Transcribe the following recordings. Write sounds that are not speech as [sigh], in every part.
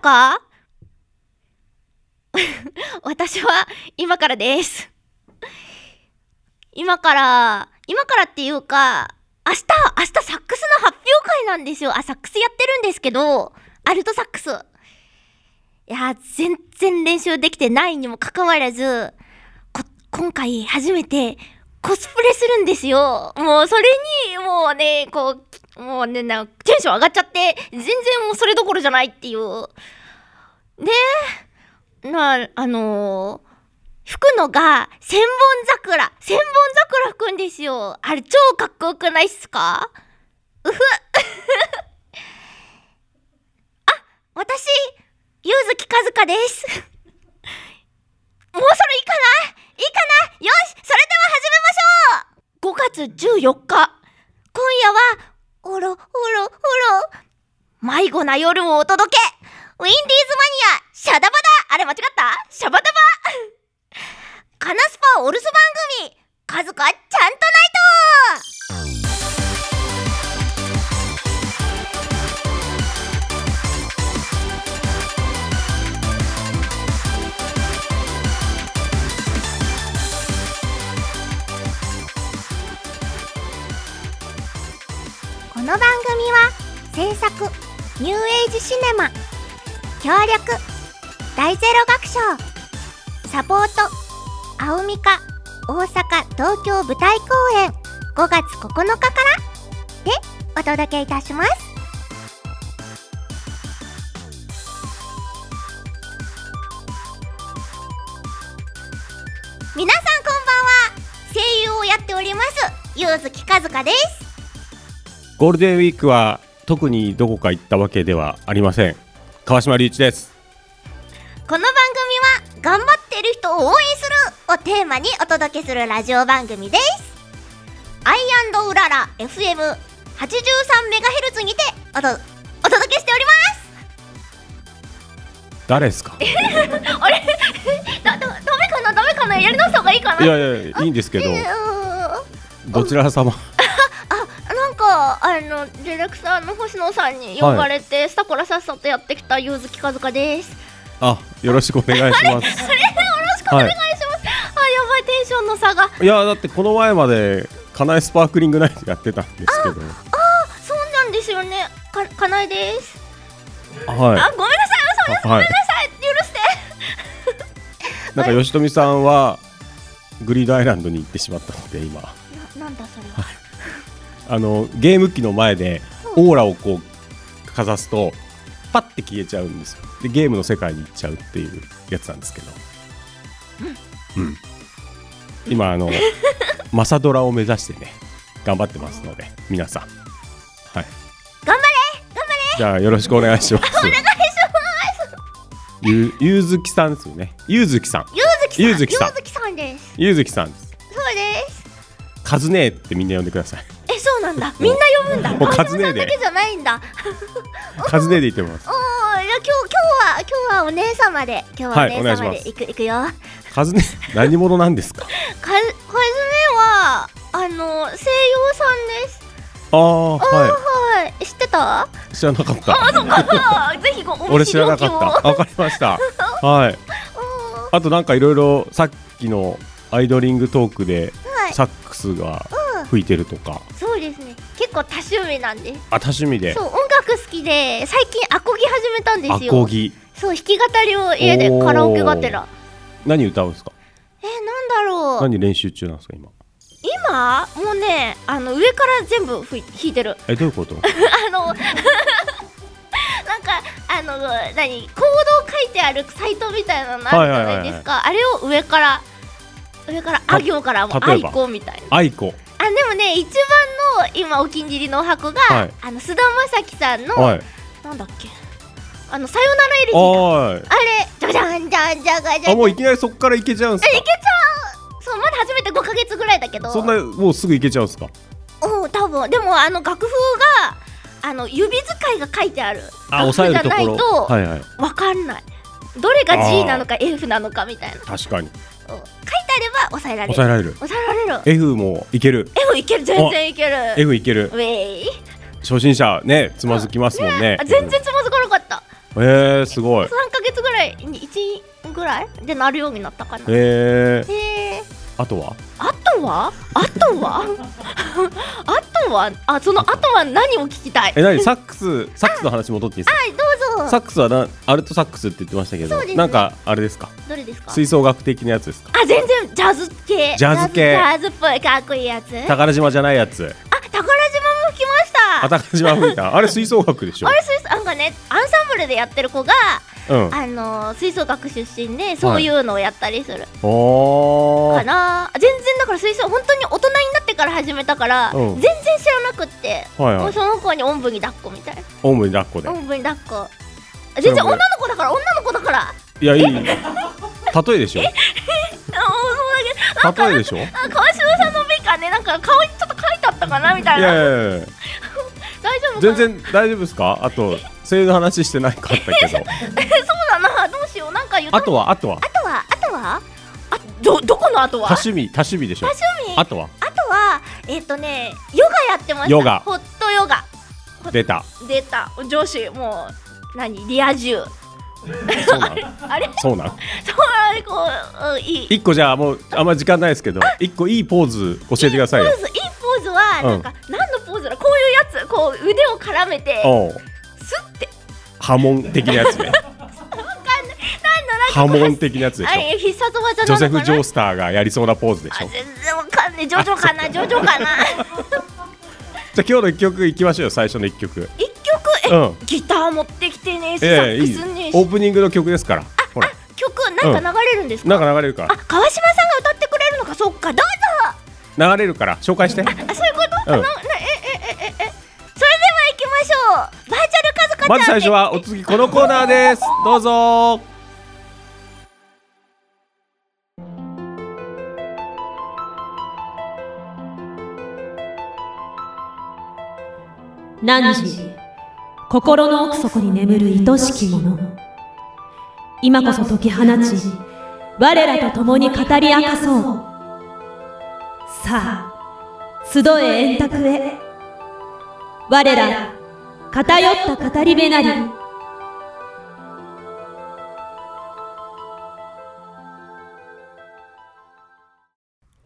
か [laughs] 私は今からです。今から、今からっていうか、明日、明日サックスの発表会なんですよ。あ、サックスやってるんですけど、アルトサックス。いやー、全然練習できてないにもかかわらず、こ、今回初めてコスプレするんですよ。もうそれに、もうね、こう、もうね、なんかテンション上がっちゃって、全然もうそれどころじゃないっていう。ねえ。な、あのー吹くのが千本桜千本桜吹くんですよあれ超かっこよくないっすかう [laughs] ふあ私ゆうずきかずかですもうそれいいかないいかなよしそれでは始めましょう5月14日今夜はおろおろおろ迷子な夜をお届けウィンディーズマニアシャダバダあれ間違ったシャバダバカナスパお留守番組カズカちゃんとナイトこの番組は制作ニューエイジシネマ協力大ゼロ学賞サポート青みか大阪東京舞台公演5月9日からでお届けいたします皆さんこんばんは声優をやっておりますゆうずきかずかですゴールデンウィークは特にどこか行ったわけではありません。川島隆一です。この番組は頑張ってる人を応援するをテーマにお届けするラジオ番組ですアイウララ FM83 メガヘルツにておとお届けしております誰ですか。い [laughs] あれだ、だ、ダメかなダメかなやり直した方がいいかなやいやいいんですけど、えーあどちら様。なんかあのディレクターの星野さんに呼ばれて、スタコラさっさとやってきたゆうずきかずかですよあ、よろしくお願いしま [laughs] す。ろしくお願いします、あ、やばいテンションの差が [laughs] いやだってこの前までカナエスパークリングナイトやってたんですけど、そうなんですよねか、かなえです、あは、ごめんなさい嘘ですごあめんはないさい、許してい。なんか吉富さんはグリードアイランドに行ってしまったので今、な、なんだそれはあのゲーム機の前でオーラをこうかざすと。パッて消えちゃうんですよでゲームの世界に行っちゃうっていうやつなんですけど、うん、[laughs] 今あのマサドラを目指してね頑張ってますので皆さんはい頑張れじゃあよろしくお願い [laughs] しますお願いしますゆゆうずきさんですよねゆうずきさんゆうずきさんゆうずきさゆんうずきさんですゆうずきさんですそうですカズネーってみんな呼んでくださ [laughs] いえ、そうなんだみんな呼ぶんだもうカズネー星野さんだでけじゃないんだカズネーで言ってますおお、いや今日今日は今日はお姉様で今日はお姉はいお様願いでします行く行くよ。カズネー何者なんですかカズカズネはあの声優さんです。ああははい、知ってた？ [laughs] い知らなかったあ、そうか。ぜひごお俺見知知りらおなきか [laughs] を。ったわかりましたはいおーあとなんかいろいろさっきのアイドリングトークではい、サックスが吹いてるとか、そうですね。結構多趣味なんであ多趣味す。でそう、音楽好きで最近アコギ始めたんですアよ。コギそう、弾き語りを家でおーカラオケがてら。何歌うんですかえ、なんだろう。何練習中なんですか今今もうね、あの上から全部吹い弾いてる。 [laughs] えどういうことあの [laughs] なんかあの何コードを書いてあるサイトみたいなのあるじゃないですか、あれを上から上からたあ行からもう例あえいばこみたいなアイコあでもね一番の今お気に入りのお箱が、はいあの須田まさきさんの、はいなんだっけあのさよならエレジーかおーいあれじゃじゃんじゃんじゃがじゃあんもういきなりそこからいけちゃうんすえいけちゃうそうまだ初めて5か月ぐらいだけどかそんなもうすぐいけちゃうんすかうん多分でもあの楽譜があの指使いが書いてあるあ楽抑譜じえるゃとなこいろとはいはいわかんないどれがあー G なのか F なのかみたいなうん確かに書いてあれば抑えられる抑えられる抑えられる F もいける F いける全然いける F いけるウェイ初心者ねつまずきますもんねあ全然つまずかなかったえー、すごい。 3ヶ月ぐらいに1ぐらいでなるようになったかなへえー、えあとはあとはあとは [laughs] あとはあそのあとは何を聞きたいえ、なにサックス、サックスの話戻っていいですはいどかうサぞックスはなアルトサックスって言ってましたけそど、うですねなんかあれですかどれですか吹奏楽的なやつですかあ全然ジャズ系ジャズ系ジャズっぽいかっこいいやつあ宝島じゃないやつ。宝島も来ましたあ、宝島吹い [laughs] た。あれ吹奏楽でしょあれそうですなんかねアンサンブルでやってる子が、うん。あのー吹奏楽出身でそういうのをやったりするおかー。な、全然だから吹奏本当に大人になってから始めたから、うん全然知らなくって、はいもはうい。その子におんぶに抱っこみたいなオウムに抱っこでお。んぶに抱っこそれ全然も女ねの子だから女の子だからあいや、いい。例えでしょおそうだけどな例えんかでしょいあ川島さんの目がねなんか顔にちょっと書いてあったかなみたやいいなやいや。大丈夫かな全然大丈夫ですかあと声優の話してないかったけどそうだなどうしようなんか言ったあとはあとは [laughs] あとはあとはあどどこのあとは多趣味多趣味でしょ多趣味あとはあとはえっ、とねヨガやってましたヨガホットヨガ出た出た女子もう何リア充そうなんあれ [laughs] そうなんそうあれこう、うん、いい一個じゃあもうあんま時間ないですけど一個いいポーズ教えてくださいポよーズいいポーズはうんなんか、何のポーズだこういうやつこう腕を絡めておうスッて波紋的なやつね波紋的なやつでしあょれ必殺技ジョなのかセフ・なジョースターがやりそうなポーズでしあょじ全然わかんないジョジョかなジョジョか [laughs] なゃあ今日の一曲いきましょうよ最初の一曲一曲え、うんギター持ってきてねえし、サええックいいスねえしオープニングの曲ですからほら曲なんか流れるんですか、なんか流れるかあ川島さんが歌ってくれるのかそっかどうぞら流れるから紹介してあそういうこと、うんあのなええええええそれでは行きましょうバーチャルカズカちゃんまず最初はお次このコーナーですどうぞ汝心の奥底に眠る愛しきもの今こそ解き放ち我らと共に語り明かそうさあ集え円卓へ我ら偏った語り部なり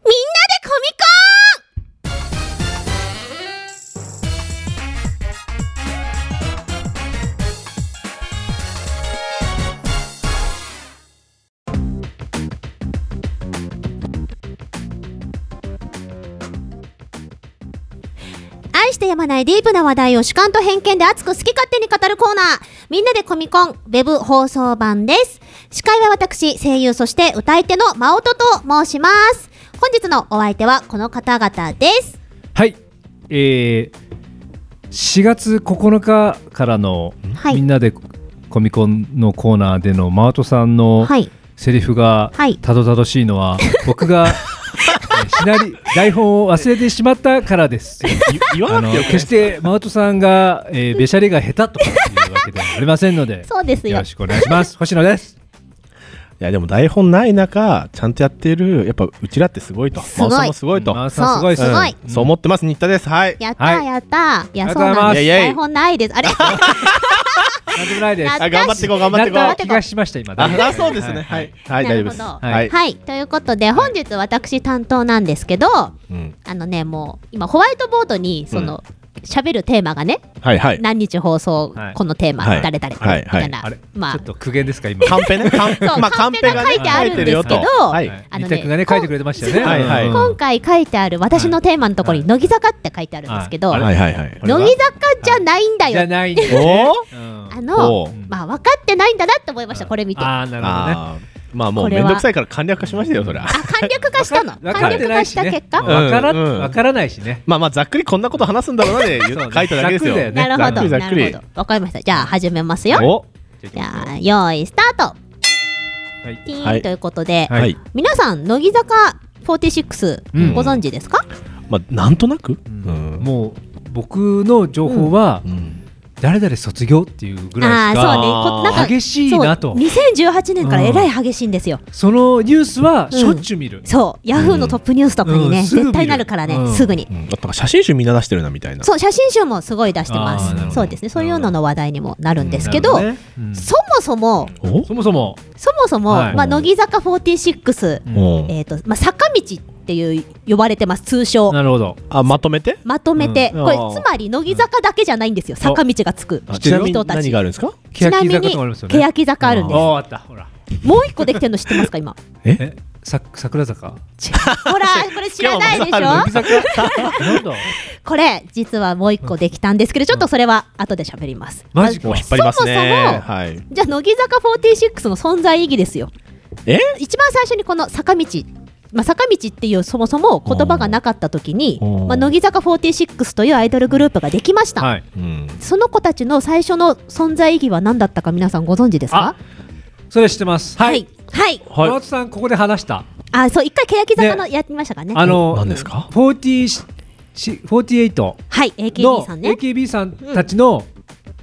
みんなでコミコ愛してやまないディープな話題を主観と偏見で熱く好き勝手に語るコーナー。みんなでコミコン、ウェブ放送版です。司会は私、声優、そして歌い手の真音と申します。本日のお相手はこの方々です。はい、えー、4月9日からの、はいみんなでコミコンのコーナーでのマートさんのはい。セリフがはいたどたどしい [laughs] のは、僕がえーシナリ台本を忘れてしまったからです。言わあなのくてよ決してマートさんが、えー、べしゃりが下手とかいうわけではありませんのでそうですよよろ。しくお願いします星野ですいやでも台本ない中ちゃんとやってるやっぱうちらってすごいとすごい真央さんもすごいと、マートそうさんすごいですすごいうんそう思ってます新田ですはいやったはいやったいや、ありがそうとうございなんますです。いやいや台本ないです。あれなんでもないですなあ頑張っていこう頑張っていこななっうた気がしました今ああそうですねははいいはいな大丈る夫でほどすはいはい。ということで、本日私担当なんですけど、うんあのね、もう、今、ホワイトボードに、その、喋るテーマがね、はいはい何日放送、はいこのテーマ、はい誰々みはたいはいいな、あれまちあょっと苦言ですか今カンペねカンペそうカンペが書いてあるんで書いてすけどるよとはいはいあのね二択がね書いてくれてましたよね。はいはいうん今回書いてある私のテーマのところに乃木坂って書いてあるんですけど、はいはいはいはいこれは乃木坂じゃないんだじゃよ、ないんだおよおね。うんあのおうまあ分かってないんだなって思いましたこれ見てあああなるほどね。あーまあもうこれめはんどくさいから簡略化しましたよそりゃ簡略化したの分簡かっ略てな化いししたね結果、うんわからうんわからないしね。まあまあざっくりこんなこと話すんだろうなで言うそう書いただけですよざっくりだなよねるほどざなっくりるほど分かりましたじゃあ始めますよ、おじゃあ用意スタートはいティーン、はいということで、はいはい皆さん乃木坂46んご存知ですか、まあなんとなくうんもう僕の情報はうん誰々卒業っていうぐらいしあーそうかねこなんか激しいなとそう2018年からえらい激しいんですよ、そのニュースはしょっちゅう見る、そうヤフーのトップニュースとかにね、うんすぐ見絶る対なるからね、うんすぐにうん、なんか写真集みんな出してるなみたいなそう写真集もすごい出してまあーなるほすどそうですねそういうのの話題にもなるんですけなどるほねうんそもそもおそもそもそもそも、はいまあ、乃木坂46、うんおえーとまあ、坂道っていう呼ばれてます通称なるほどあまとめてまとめて、うんこれあーつまり乃木坂だけじゃないんですよ、坂道がつくあちな人みにたち何があるんですかちなみに欅坂とかありますよね欅坂あるんですあああったほらもう一個できてるの知ってますか [laughs] 今えさ桜坂ほらこれ知らないでしょあ乃木坂なんだこれ実はもう一個できたんですけどちょっとそれは後で喋ります [laughs] マジかもう引っ張りますそもねそはいじゃあ乃木坂46の存在意義ですよえ一番最初にこの坂道まあ、坂道っていうそもそも言葉がなかった時に、うんまあ、乃木坂46というアイドルグループができました、はいうんその子たちの最初の存在意義は何だったか皆さんご存知ですかそれ知ってますはいはい小松さんここで話したあそう一回欅坂のやってましたからねあの何ですか40し48はい AKB のさんね AKB さんたちの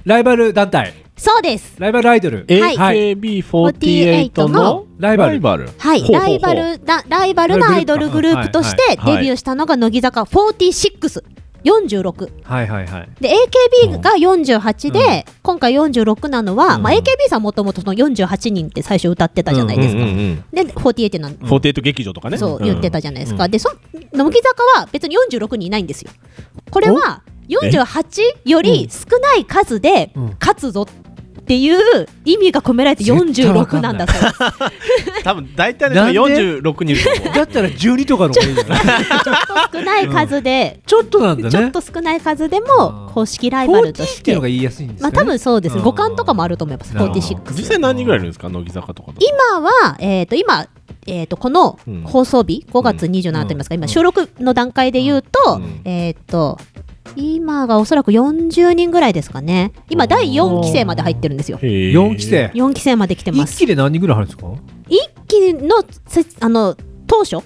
ライバル団体そうですライバルアイドルはい AKB48 のライバルはいほうほうほうライバルだライバルのアイドルグループとしてはいはいデビューしたのが乃木坂46 46はいはいはいで AKB が48で、今回46なのは、うんまあ、AKB さんもともとその48人って最初歌ってたじゃないですか、うんうんうんで48なん48劇場とかねそう言ってたじゃないですか、うんでそ乃木坂は別に46人いないんですよこれは48より少ない数でうん勝つぞっていう意味が込められて絶対わか46んなないんだそうです多分大体の人が46人いると思うだったら12とかの方がいいよね [laughs] 少ない数で、ちょっとなんだちょっねと少ない数でうもん公式ライバルと40っしていてうのが言いやすいんですまよあ多ね分そうですねうん五冠とかもあると思いますなるほど実46際何人ぐらいいるんですか乃木坂とかだと今は、えー、と今、えー、とこのうん放送日、5月27と言いますか、うん今収録の段階で言うと、うんえっ、と今がおそらく40人ぐらいですかね今第4期生まで入ってるんですよへー4期生4期生まで来てま一す期で何人ぐらい入るんですか一期のせあの当初は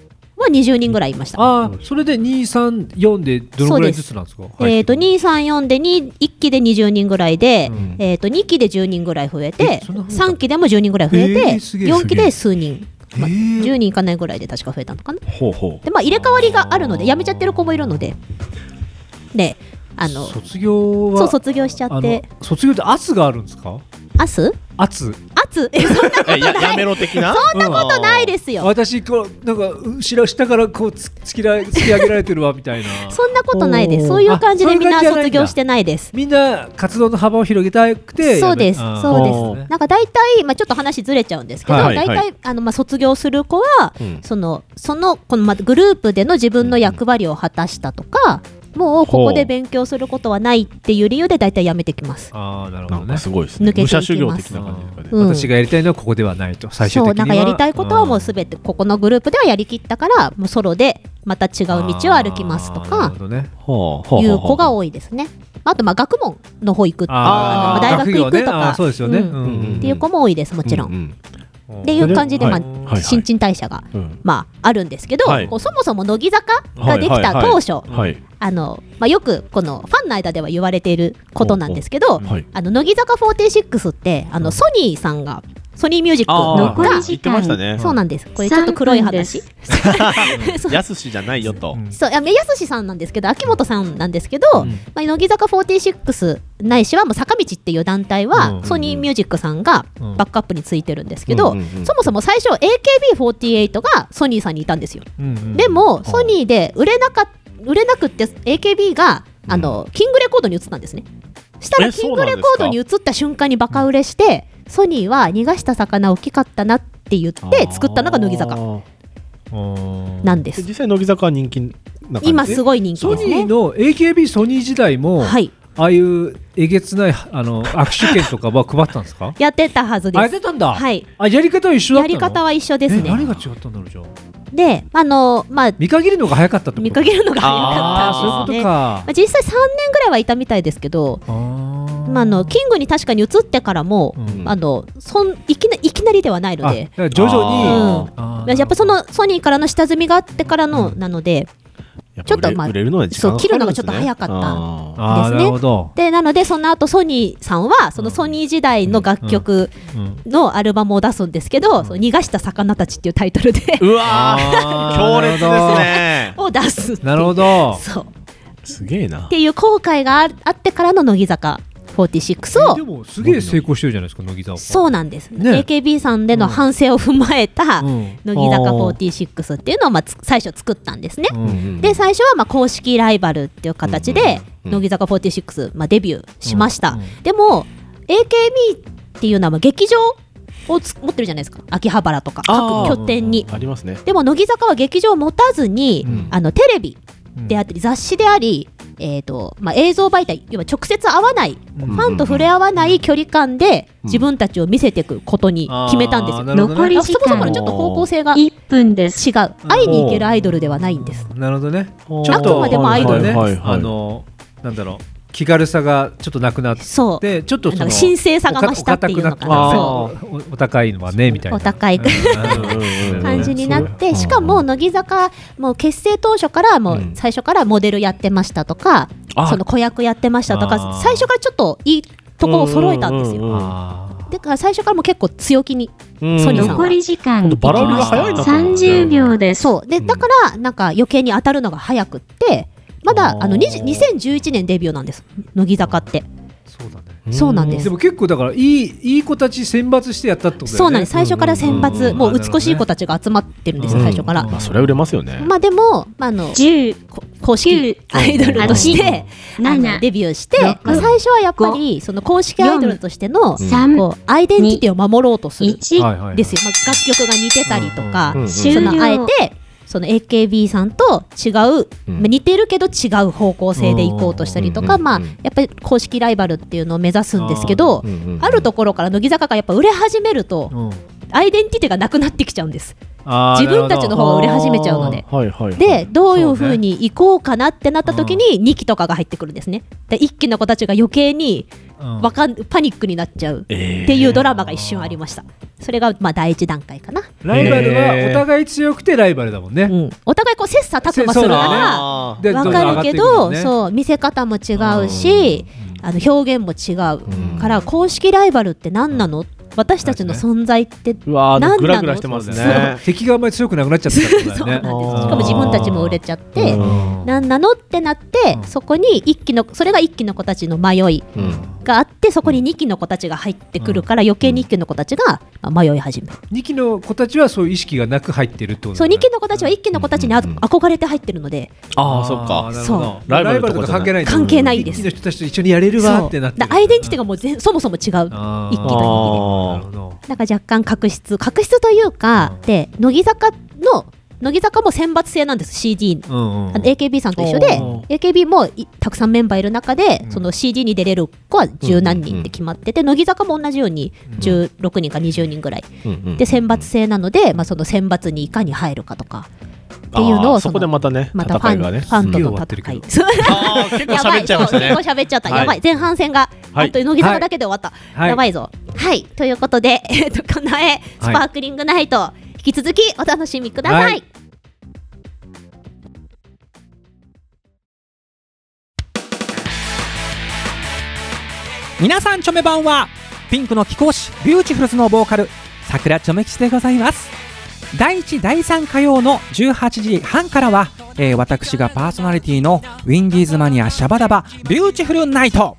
20人ぐらいいましたああそれで234でどのぐらいずつなんですかえっ、と234で2 1期で20人ぐらいで、うんえっ、と2期で10人ぐらい増えてえそんな増えた3期でも10人ぐらい増えて、えーすげえ4期で数人、まあ、えー10人いかないぐらいで確か増えたのかなほうほうでまあ入れ替わりがあるので辞めちゃってる子もいるのでであのそ卒業はう卒業しちゃってあの卒業って圧があるんですか明日圧圧えそん [laughs] なえややめろ的 [laughs] なそんなこことないですよ私こうなんか後ろ下からこうつ [laughs] 突きら突き上げられてるわみたいなそんなことないですおーそういう感じでみんなあそういう感卒じじゃないんだ業してないですみんな活動の幅を広げたくてそうですやめあーそうですなんか大体、まあ、ちょっと話ずれちゃうんですけど、はい大は体あの、まあ、卒業する子は、うんそのそのこの、まあ、グループでの自分の役割を果たしたとか、もうここで勉強することはないっていう理由で大体やめてきます。あーなるほなどんねかすごいですね抜けてい武きます者修行的な感じですかねうん私がやりたいのはここではないと最終的にそうなはんかやりたいことはもうすべてべてここのグループではやりきったからもうソロでまた違う道を歩きますとなるかほどねほうほうほうほういう子が多いですねあとまあ学問の方行くあのあー大学行くと学業ねあかーそうですよねうんうんうんっていう子も多いですもちろん、ううんうんっていう感じで、まはあいはいはい新陳代謝が、うんまあ、あるんですけど、はいこうそもそも乃木坂ができた当初、はいあのまあ、よくこのファンの間では言われていることなんですけど、はいはいあの乃木坂46ってあのソニーさんがソニーミュージックあーが残り時言ってましたねうんそうなんです。これちょっと黒い3分で話 [laughs] す。そうやすしじゃないよとうんそう、いややすしさんなんですけど、秋元さんなんですけど、うんまあ、乃木坂46ないしは、もう坂道っていう団体は、うんソニーミュージックさんがうんバックアップについてるんですけど、うんうんうんそもそも最初、AKB48 がソニーさんにいたんですよ。うんうんでも、ソニーで売れなか売れなくって AKB があの、キングレコードに移ったんですね。したらえキンそうグなんレですコかードに移った瞬間にバカ売れして、ソニーは逃がした魚大きかったなって言って作ったのが乃木坂あうんなんでーす。実際乃木坂は人気な感じ今すごい人気ソでニすーね。の AKB ソニー時代も、はい、ああいうえげつないあの握手券とかは配ってたんですかやってたはずであやっす。てたんだ、はい、あやり方は一緒だっやたりの方は一緒ですえね。何が違ったんだろうじゃあで、あのまあ見限るのが早かったってこと見かけるのが早あかあったんそうでいすね。まうことかあ、実際3年ぐらいはいたみたいですけど、あーまあ、あのキングに確かに移ってからも、うんあのそんいきないきなりではないのあでだ。から徐々にうんあーやっぱそのソニーからの下積みがあってからのなので、やっぱちょっ売とれまあ売れるのは時間そうかかるんです切るのがちょっと早かったああであ、すねなるほど。でなのでその後ソニーさんはそのソニー時代の楽曲うんのアルバムを出すんですけど「その逃がした魚たち」っていうタイトルでーうわー強烈ですね [laughs] を出すっていうなるほど。そうっすげえなていう後悔がああってからの乃木坂46をでもすげえ成功してるじゃないですか、乃木坂。そうなんです、ね AKB さんでの反省を踏まえたうん乃木坂46っていうのをまあつ最初作ったんですね、うんで最初はまあ公式ライバルっていう形でうんうん乃木坂46、まあ、デビューしました、うんうんでも AKB っていうのはまあ劇場をつ持ってるじゃないですか秋葉原とかあー各拠点にありますねでも乃木坂は劇場を持たずに、うんあのテレビであったり雑誌であり、えーとまあ、映像媒体要は直接会わない、うフんァンと触れ合わない距離感で自分たちを見せていくことに決めたんですよ。あーなるほどねあ残そもそものちょっと方向性が違う1分です。会いに行けるアイドルではないんです。なるほどね。おーちょっあくとまでもアイドルね、はいはいはいあのなんだろう気軽さがちょっとなくなっそうて、ちょっとそなんのか神聖さが増したっていうのかなお堅くなっておお高いのはねみたいなお高いうんうん感じになっうんてしかも乃木坂もう結成当初からもううん最初からモデルやってましたとか、あその子役やってましたとあかー最初からちょっといいとこを揃えたんですよ、うんうんうんうんあだから最初からもう結構強気にうんソニーさん残り時間ほんとバラ売りが早いなと思って30秒です。そうでだからなんか余計に当たるのが早くってまだあの20 2011年デビューなんです乃木坂ってーそうだね。そうなんですでも結構だからいいいい子たち選抜してやったってことだよね。そうなんです最初から選うんうんう抜んもう美しい子たちが集まってるんですうん最初からまあそれは売れますよねまあでもまああの10、こ公式九アイドルとしてあの7、デビューして六まあ最初はやっぱりその公式アイドルとしての3こ、うアイデンティティを守ろうとする1、はいはいはい。ですよ、まあ、楽曲が似てたりとか、うんうん終そ了。のあえてその AKB さんと違う、うんまあ似てるけど違う方向性で行こうとしたりとか、うんまあうんやっぱり公式ライバルっていうのを目指すんですけど、うんうんうんあるところから乃木坂がやっぱ売れ始めるとうんアイデンティティがなくなってきちゃうんですあー自分たちの方が売れ始めちゃうのなるで。はいはいはいでどういうふうに行こうかなってなった時に2期とかが入ってくるんですねで1期の子たちが余計にほどうんわかんパニックになっちゃうっていうドラマが一瞬ありましたそれがまあ第一段階かな、ライバルはお互い強くてライバルだもんね。うん、お互いこう切磋琢磨するかそうだねらあーでわかるけど、どんどん上がっていくのねそう見せ方も違うし、あの表現も違う、から公式ライバルって何なの、私たちの存在ってうわーでも何グなラのグラしてますそうね敵があんまり強くなくなっちゃったってこ [laughs] とそうだなよんね。あですーしかも自分たちも売れちゃってうん何なのってなってうんそこに一期のそれが一期の子たちの迷いうんがあってそこに二期の子たちが入ってくるから余計に一期の子たちがまあ迷い始める二期の子たちはそういう意識がなく入ってるってことそうだ二ね期の子たちは一期の子たちにあ憧れて入ってるのでああそっかなるほどそうライバルとか関係ないんだ関係ないです一期の人たちと一緒にやれるわそっうてだなっかてるらアイデンティティがもう全そもそも違うあー一期とあーなるあほどなんか若干確執確執というかで乃木坂の乃木坂も選抜制なんです CD の。うんうんあの AKB さんと一緒でおー AKB もいたくさんメンバーいる中で、うんその CD に出れる子は十何人って決まってて、乃木坂も同じように16人か20人ぐらい、で選抜制なので、まあ、その選抜にいかに入るかとかっていうのをあーそこでのまたねまたフ戦ァいン,、がねファンとすげえ終のわってるけ戦どい [laughs] そうあー結構やば喋いっちゃいましたそうね結構喋っちゃった、はいやばい前半戦が、はい本当に乃木坂だけで終わった、はいやばいぞはいということで、えっとこの絵スパークリングナイト、引き続きお楽しみください、はい皆さんチョメ版はピンクの貴公子ビューティフルズのボーカル桜チョメ吉でございます第1第3火曜の18時半からは、えー私がパーソナリティのウィンディーズマニアシャバダバビューティフルナイト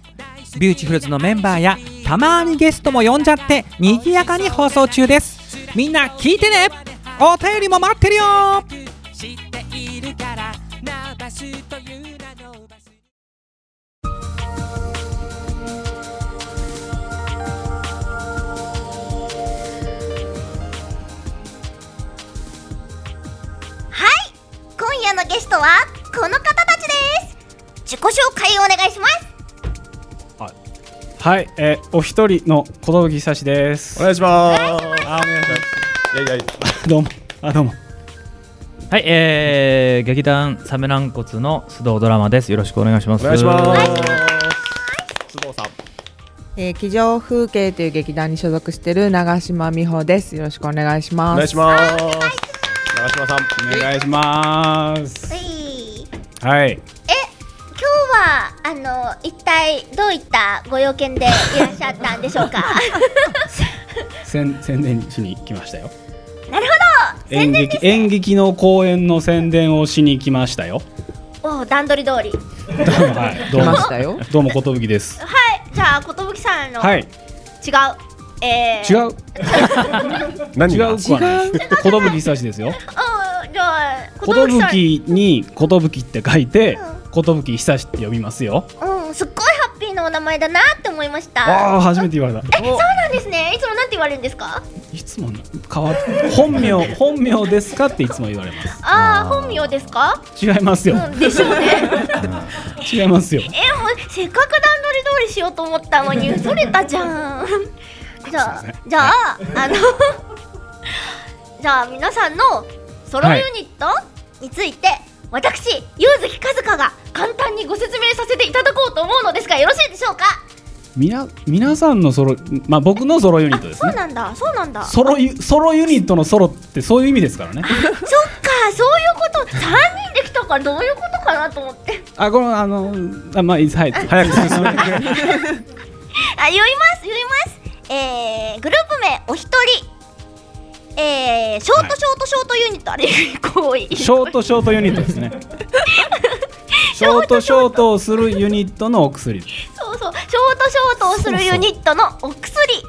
ビューティフルズのメンバーやたまーにゲストも呼んじゃってにぎやかに放送中ですみんな聞いてねお便りも待ってるよ今夜のゲストはこの方たちです自己紹介をお願いしますはい、えー、お一人の小道木久志です。お願いしますいやいやいやどうも、あ、どうも。はい、えー、劇団サメ軟骨の須藤ドラマです。よろしくお願いします。お願いします須藤さんえー、机上風景という劇団に所属している長島美穂です。よろしくお願いします。お願いします長島さんお願いします。ういはい今日はあの一体どういったご用件でいらっしゃったんでしょうか宣宣伝しに来ましたよなる演劇演劇の公演の宣伝をしに来ま [laughs] したよほ [laughs] どおう段取り通りどうもはいどうも来ましたよどうもことぶきですはいじゃあ寿さんの、はい違うえ違ー、うう何違う子はないですことぶき久しです [laughs] よんじゃあことぶさんきにことぶきって書いてことぶき久しって呼びますようんすっごいハッピーなお名前だなって思いましたああ初めて言われたえそうなんですねいつもなんて言われるんですかいつも変わっ [laughs] 本名本名ですかっていつも言われまああ本名ですかす違いますようんでしょうね違いますよえもうせっかく段取り通りしようと思ったのに [laughs] それたじゃんじゃあじゃああのじゃあ皆さんの [laughs] ソロユニットについて、私柚月和香が簡単にご説明させていただこうと思うのですがよろしいでしょうかみな皆さんのソロまあ僕のソロユニットですそうねなんだそうなんだソロユソロユニットのソロってそういう意味ですからねそっかそういうこと3人できたからどういうことかなと思ってあこのあのあまあいいですはい早 [laughs] く進めあて言います言いますえー、グループ名お一人えー、ショートショートショートユニット、あれ [laughs] こういいショートショートユニットです [laughs] ねショートショートをするユニットのお薬そうそうショートショートをするユニットのお薬で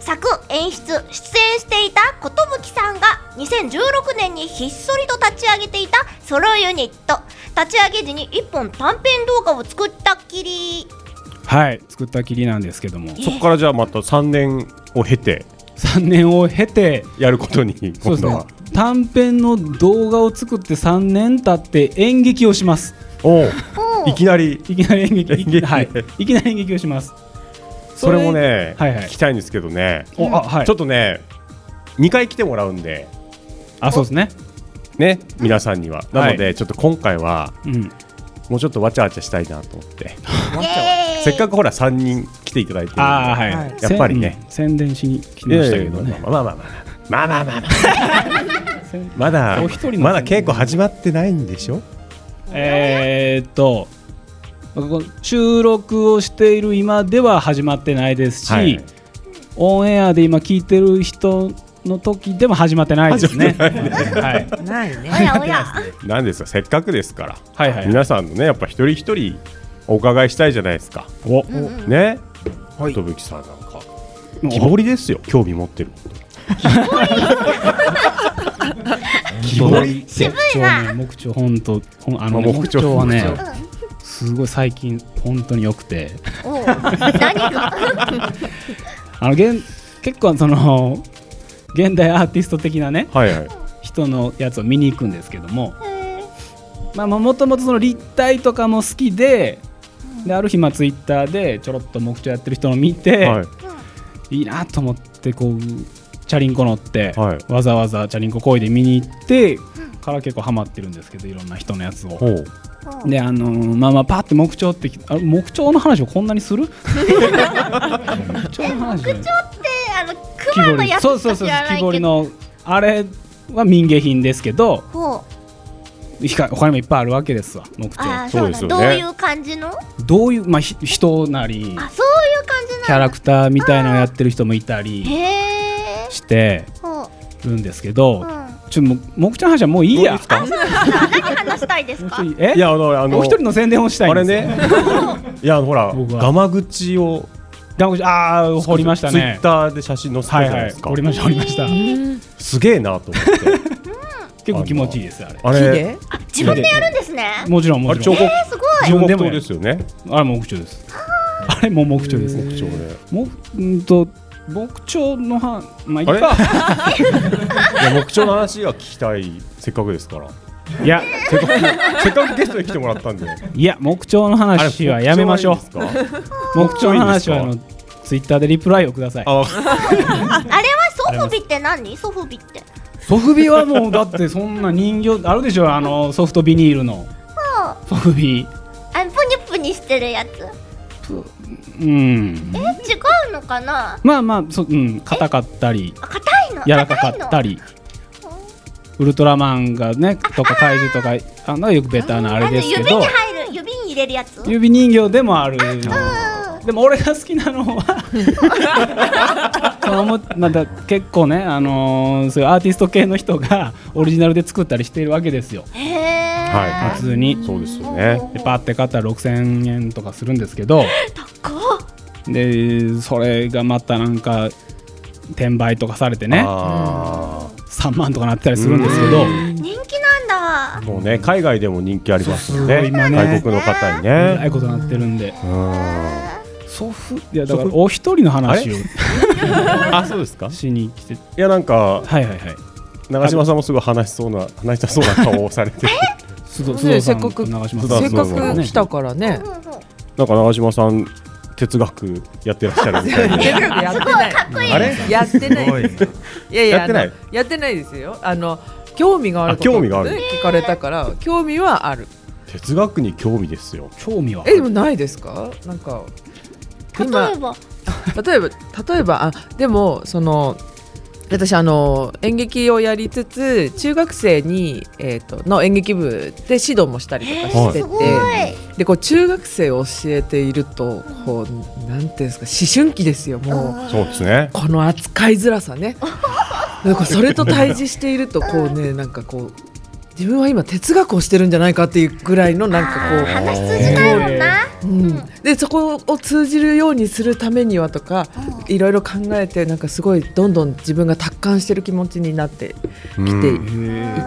作演出出演していた寿さんが2016年にひっそりと立ち上げていたソロユニット立ち上げ時に1本短編動画を作ったっきりはい作ったきりなんですけどもそこからじゃあまた3年を経て3年を経てやることにそ今うです度ねは短編の動画を作って3年経って演劇をしますおおいきなりいきなり演劇 [laughs] はいいきなり演劇をしますそれもね、はいはい聞きたいんですけどね、おあはいちょっとね2回来てもらうんであそうですねね皆さんには、なのでちょっと今回は、うんもうちょっとわちゃわちゃしたいなと思ってせっかくほら3人来ていただいてるんでああはいはいやっぱりね宣宣伝しに来ましたけどいやいねやまあまあまあまあまあまあまあまあまだお一人の宣伝まだ稽古始まってないんでしょえーっとこの収録をしている今では始まってないですし、はいはいオンエアで今聞いてる人の時でも始まってないですね。はいないね。おやおやなんですかせっかくですから、はいはい皆さんのねやっぱ一人一人お伺いしたいじゃないですかおね寿、はい、さんなんか木彫りですよ興味持ってる木彫り渋いな木彫本当ほんあの、まあ木木彫彫はね木彫すごい最近本当に良くておう何が [laughs] あの現結構その現代アーティスト的なね、はいはい人のやつを見に行くんですけども、まあ、まあもともとその立体とかも好きでである日まあツイッターでちょろっと木彫やってる人の見て、、はいいなと思ってこうチャリンコ乗って、わざわざチャリンコ漕いで見に行ってから結構ハマってるんですけどいろんな人のやつを。であのーまあまあパって木彫ってきあ木彫の話をこんなにするってあ木彫の話じゃないの熊のやつそうしそかうそ知うらな木い彫けりどのあれは民芸品ですけどほうひか他にもいっぱいあるわけですわ木あ彫ーそうなんだどういう感じのどういうまあひ人なりあそういう感じキャラクターみたいなのをやってる人もいたりへえしてほうるんですけど、うんちょもう木彫の話はもういいやあそうなんだ何話したいですかえいやあのあのお一人の宣伝をしたいんですあれね [laughs] いやほらガマ口をガマ口ああ掘りましたねツイッターで写真載せたじゃないですか、はいはい掘りました掘りましたすげえなと思って結構気持ちいいですあれあれあ自分でやるんですねもちろんもちろんあれ彫刻えーすごい自分で彫も刻刀ですよねあれも木 [laughs] 彫ですあれも木彫です木彫ねもうんと木彫のはまあいいあれかいや木彫の話が聞きたいせっかくです [laughs] からいやせっかくせっかくゲストに来てもらったんでいや木彫の話はやめましょうあれ木彫はいいんですか木彫の話はあのツイッターでリプライをくださいあれはソフビって何ソフビってソフビはもうだってそんな人形あるでしょあのソフトビニールのほうソフビあのプニプニしてるやつうんえ違うのかなまあまあそうん硬かったりあ硬いの柔らかかったりウルトラマンがねとか怪獣とかあのよくベタなあれですけ指どに入る指に入れるやつ指人形でもあるでも俺が好きなのはそう思っまだ結構ね、あのーそういうアーティスト系の人がオリジナルで作ったりしているわけですよ。、はい普通にそうですよねでパって買ったら6000円とかするんですけどこでそれがまたなんか転売とかされてね3万とかなってたりするんですけど人気なんだもうね海外でも人気ありますよすごいね今ね外国の方にねえらいことになってるんで祖父いやだからお一人の話をあそうですかしに [laughs] 来ていやなんかはいはいはい長嶋さんもすごい話しそうな話したそうな顔をされて須藤ねせっかく須藤せっかく来たからね。なんか長嶋さん哲学やってらっしゃるみたいな [laughs] 哲学やってないかっこいいあれやってないすごいいやいややってないあのやってないですよ。あの興味があることあ興味があるね聞かれたから興味はある。哲学に興味ですよ興味はえでもないですか？なんか今例えば例えば例えばあでもその私あの演劇をやりつつ中学生に、えー、との演劇部で指導もしたりとかしてて、はいでこう中学生を教えているとこうなんていうんですか思春期ですよもう。そうですねこの扱いづらさねなんかそれと対峙しているとこうねなんかこう自分は今哲学をしてるんじゃないかっていうぐらいのなんかこう話通じないもんなうん、でそこを通じるようにするためにはとかいろいろ考えてなんかすごいどんどん自分が達観してる気持ちになってきてい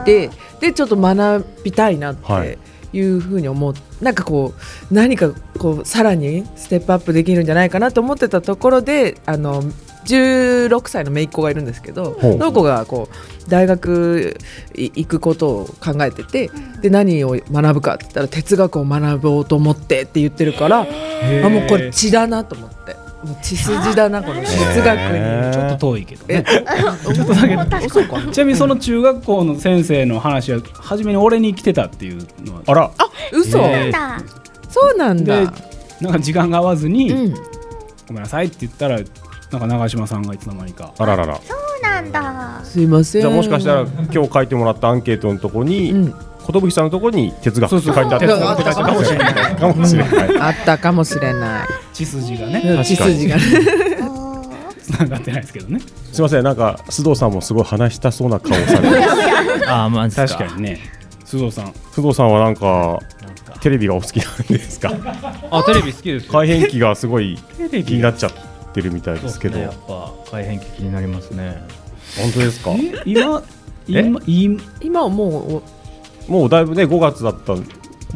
て、でちょっと学びたいなっていうふうに思う、なんかこう何かこうさらにステップアップできるんじゃないかなと思ってたところであの16歳の姪っ子がいるんですけどほうその子がこう大学い行くことを考えててで何を学ぶかって言ったら哲学を学ぼうと思ってって言ってるからへーあもうこれ血だなと思ってもう血筋だなこの哲学にちょっと遠いけどねえちょっとだけちなみにその中学校の先生の話は初めに俺に来てたっていうのはあらあ嘘えそうなんでだなんか時間が合わずに、ごめんなさいって言ったらなんか長嶋さんがいつの間にかあらららそうなんだすいませじゃあもしかしたら今日書いてもらったアンケートのとこに寿さんのとこに哲学そ書ういてそうあった哲っ学て書いてあったかもしれないあったかもしれない血筋がね血筋 [laughs] がねつながってないですけどねすいませんなんか須藤さんもすごい話したそうな顔をされてあまあ確かにね須藤さん須藤さんはなんかテレビがお好きなんですかあテレビ好きですよ改変期がすごいテレビ気になっちゃってるみたいですけどそうですねやっぱ改変期気になりますね本当ですかえ今今今はももうだいぶね5月だったん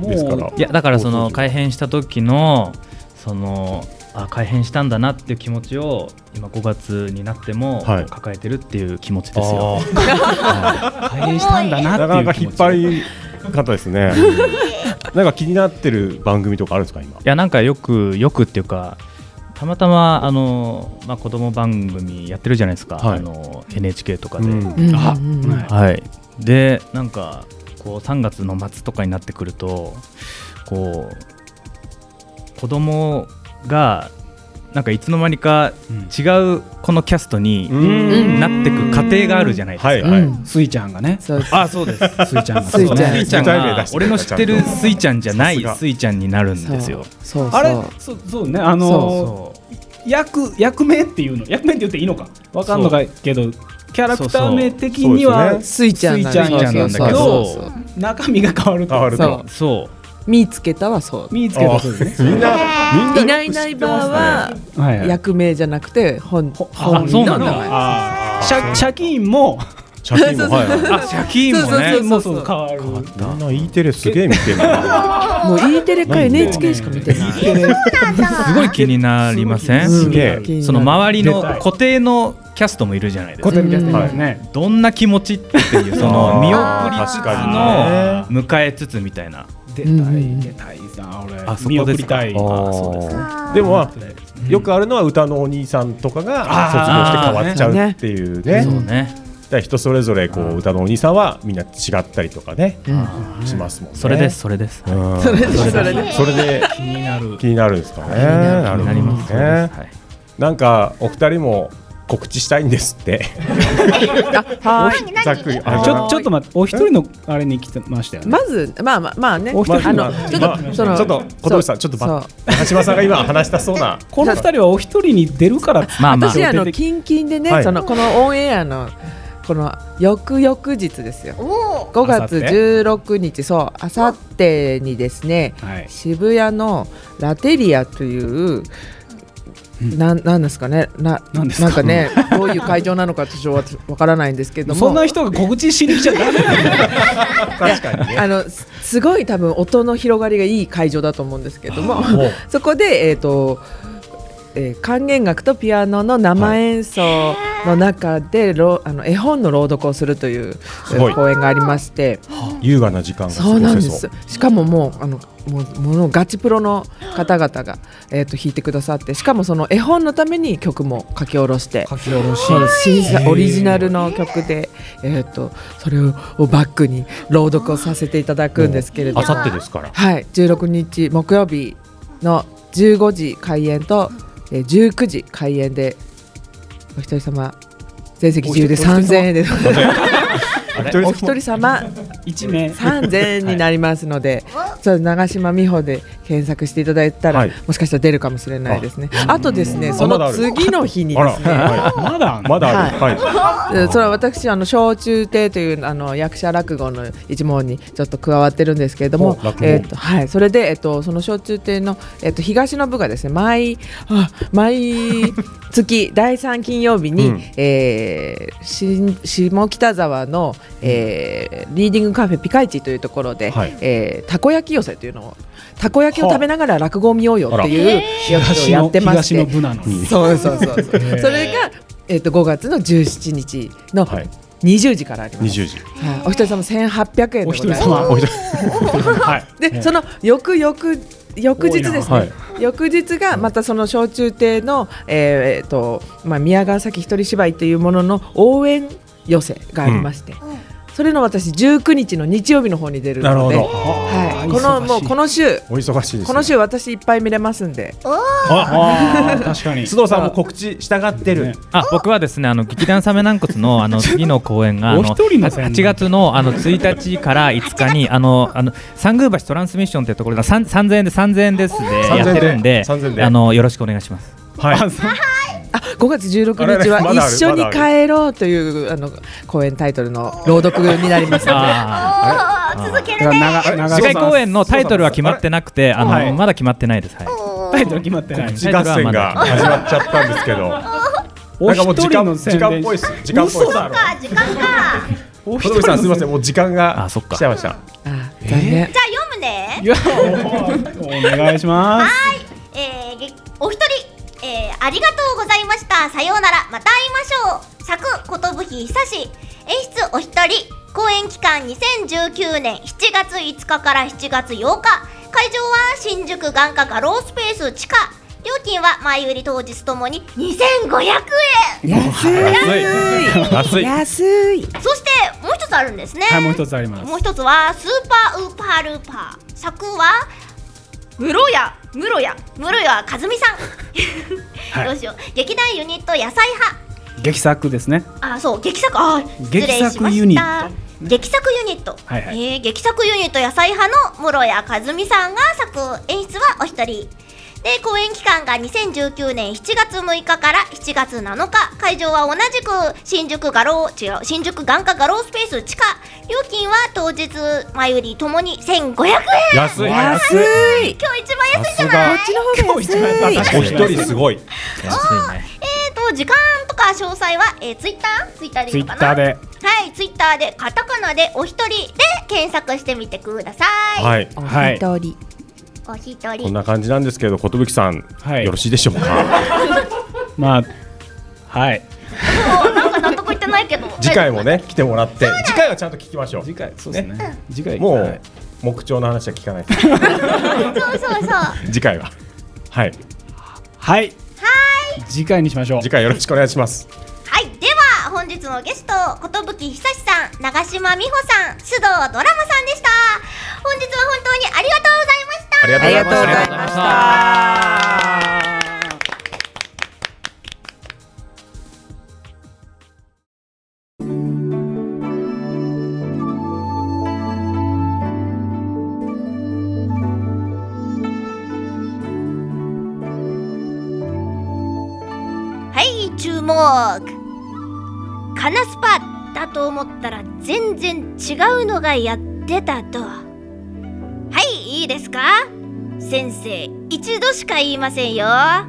ですからいやだからその改変した時のそのあ改変したんだなっていう気持ちを今5月になってもはい抱えてるっていう気持ちですよ、あーはい改変したんだななかなっかていう気引持っち張り方ですねなんか気になってる番組とかあるんですか今いやなんかよくよくっていうかたまたまあの、まあ、子供番組やってるじゃないですか、はいあの NHK とかで、うんあうんはい、でなんかこう3月の末とかになってくるとこう子供がなんかいつの間にか違うこのキャストになってく過程があるじゃないですか、スイちゃんがねあそうですスイちゃんがそうスイちゃん具体名出がして俺の知ってるスイちゃんじゃなさいすがスイちゃんになるんですよそうあれそうそうねあのー役役名っていうの役名って言っていいのかわかんのかけどキャラクター名的にそうそうそうはですねスイちゃんスなんイでちすゃんなんだそうそうけどそ中身が変わると変わるとそう見つけたはそう見つけたそうですねみんなみんなないいないいないばあはいははい役名じゃなくて本本あ人そうのなん名前だあー借借金も借金もはいはいあ借金もねそうそうそう変わるみんな E テレすげえ見てるなもう E テレか NHK しか見てないすごい気になりませんすごいすげえその周りの固定のキャストもいるじゃないですか固定のキャストいますねどんな気持ちっていうその見送りつつ確かの迎えつつみたいな出たい出たいな俺あそ見こ送でりすかたいあーでもまあよくあるのは歌のお兄さんとかが卒業して変わっちゃうっていうねあーそうねだから人それぞれこう歌のお兄さんはみんな違ったりとかねうんしますもんねそれですそれですうんそれですそそれれでですそれで気になる気になるんですかね気になるな気るほになりますどねなんかお二人も告知したいんですって。はいざっくりちょちょっと待ってお一人のあれに来てましたよねまずまあまあまあねお一人あまあのちょっまあとそのちょっと小峠さんちょっとば中島さんが今話した [laughs] そうな。この二人はお一人に出るからまあ私あのキンキンでね、はいそのこのオンエアのこの翌々日ですよお5月16日そうあさってにですね、渋谷のラテリアというなんなんですかねななんですかなんかねどういう会場なのか私はわからないんですけどもそんな人が告知しに来ちゃダメ [laughs] 確かにあのすすごい多分音の広がりがいい会場だと思うんですけどもおうそこで、えーとえー管弦楽とピアノの生演奏の中で、ろあの絵本の朗読をするというすごい公演がありまして優雅な時間が過そごうなんせでそすう。しかももうあのもうものガチプロの方々が、えー、と弾いてくださってしかもその絵本のために曲も書き下ろして書き下ろしそうです新作へーオリジナルの曲で、えー、とそれをバックに朗読をさせていただくんですけれどももう明後日ですからはい、16日木曜日の15時開演と、えー、19時開演でお一人様全席自由で3000 [laughs] 円でれお一人様一名3000円になりますので、そう長島美穂で検索していただいたら、もしかしたら出るかもしれないですね。あとですね、あそまだあのる次の日にですね、あらはいまだあるまだあるはいえーそれは私あの小中亭というあの役者落語の一門にちょっと加わってるんですけれどもお落、語えーとはいそれでえっ、とその小中亭のえっ、と東の部がですね毎あ毎月第三金曜日に、うんえー新下北沢の、えーリーディングカフェピカイチというところで、はいえーたこ焼き寄せというのをたこ焼きを食べながら落語を見ようよってあらいう役所をやってまして東の部なのにそうそうそうそうそへえれが、えっと5月の17日の20時からあります、二十時。はいお一人様1800円でございますお一人はい。でその翌翌翌日ですね、多いな翌日がまたその小中亭の、えーえーとまあ、宮川崎一人芝居というものの応援寄せがありまして、それの私19日の日曜日の方に出るなるのほでど。はい、このもうこの週お忙しいですね。この週私いっぱい見れますんでああ確かに須藤さんも告知したがってる。あ僕はですねあの劇団サメ軟骨のあの次の公演があのお一人の宣伝8月のあの1日から5日にあのあの三宮橋トランスミッションというところで三3000円で3000円ですで3000やってるんで3000であのよろしくお願いします。はい5月16日は一緒に帰ろうというあの公演タイトルの朗読になりますので。あ続け次回公演のタイトルは決まってなくてあの、はいまだ決まってないです。はいタイトル決まってない告知合戦が始まっちゃったんですけど。なんかもう時間お一人の宣時伝間っぽいです。時間っぽい嘘です。だろ時間か小峠さんすみませんもう時間が来ちゃいました。じゃあ読むねいやおお願いしますえーげ、お一人、えーありがとうございましたさようならまた会いましょう作寿久志演出お一人公演期間2019年7月5日から7月8日会場は新宿眼科画廊スペース地下料金は前売り当日ともに2500円 [laughs] 安安い安いそしてもう一つあるんですね、はいもう一つありますもう一つはスーパーウーパールーパー作は室屋室屋室屋和美さんはい [laughs] どうしよう劇団ユニット野菜劇作ですね派あそう劇作あー失礼しました劇作ユニッ劇作ユニット、はいはいえー劇作ユニット野菜派の室屋和美さんが作演出はお一人で公演期間が2019年7月6日から7月7日会場は同じく新宿画廊違う新宿眼科画廊スペース地下料金は当日前売りともに1500円安い安安いい今日一番安いじゃないさすがこっちの方がお一人すごい。えーと時間とか詳細は、えー、ツイッターツイッターでいいのかな Twitter ではいツイッターでカタカナでお一人で検索してみてくださいはいはいお一人お一こん人な感じなんですけど寿さんよろしいでしょうか。まあはい。なんか納得いってないけど [laughs] 次回もね来てもらって次回はちゃんと聞きましょう。次回そうですね。次回もう目標の話は聞 [laughs] かない。 [laughs] そうそうそう次回ははいははいい次回にしましょう。次回よろしくお願いします。はい、では本日のゲスト、寿久志さん、長島美穂さん、須藤ドラマさんでした。本日は本当にありがとうございました。ありがとうございましたありがとうございました。に注目カナスパだと思ったら全然違うのがやってたとはいいいですか先生一度しか言いませんよラ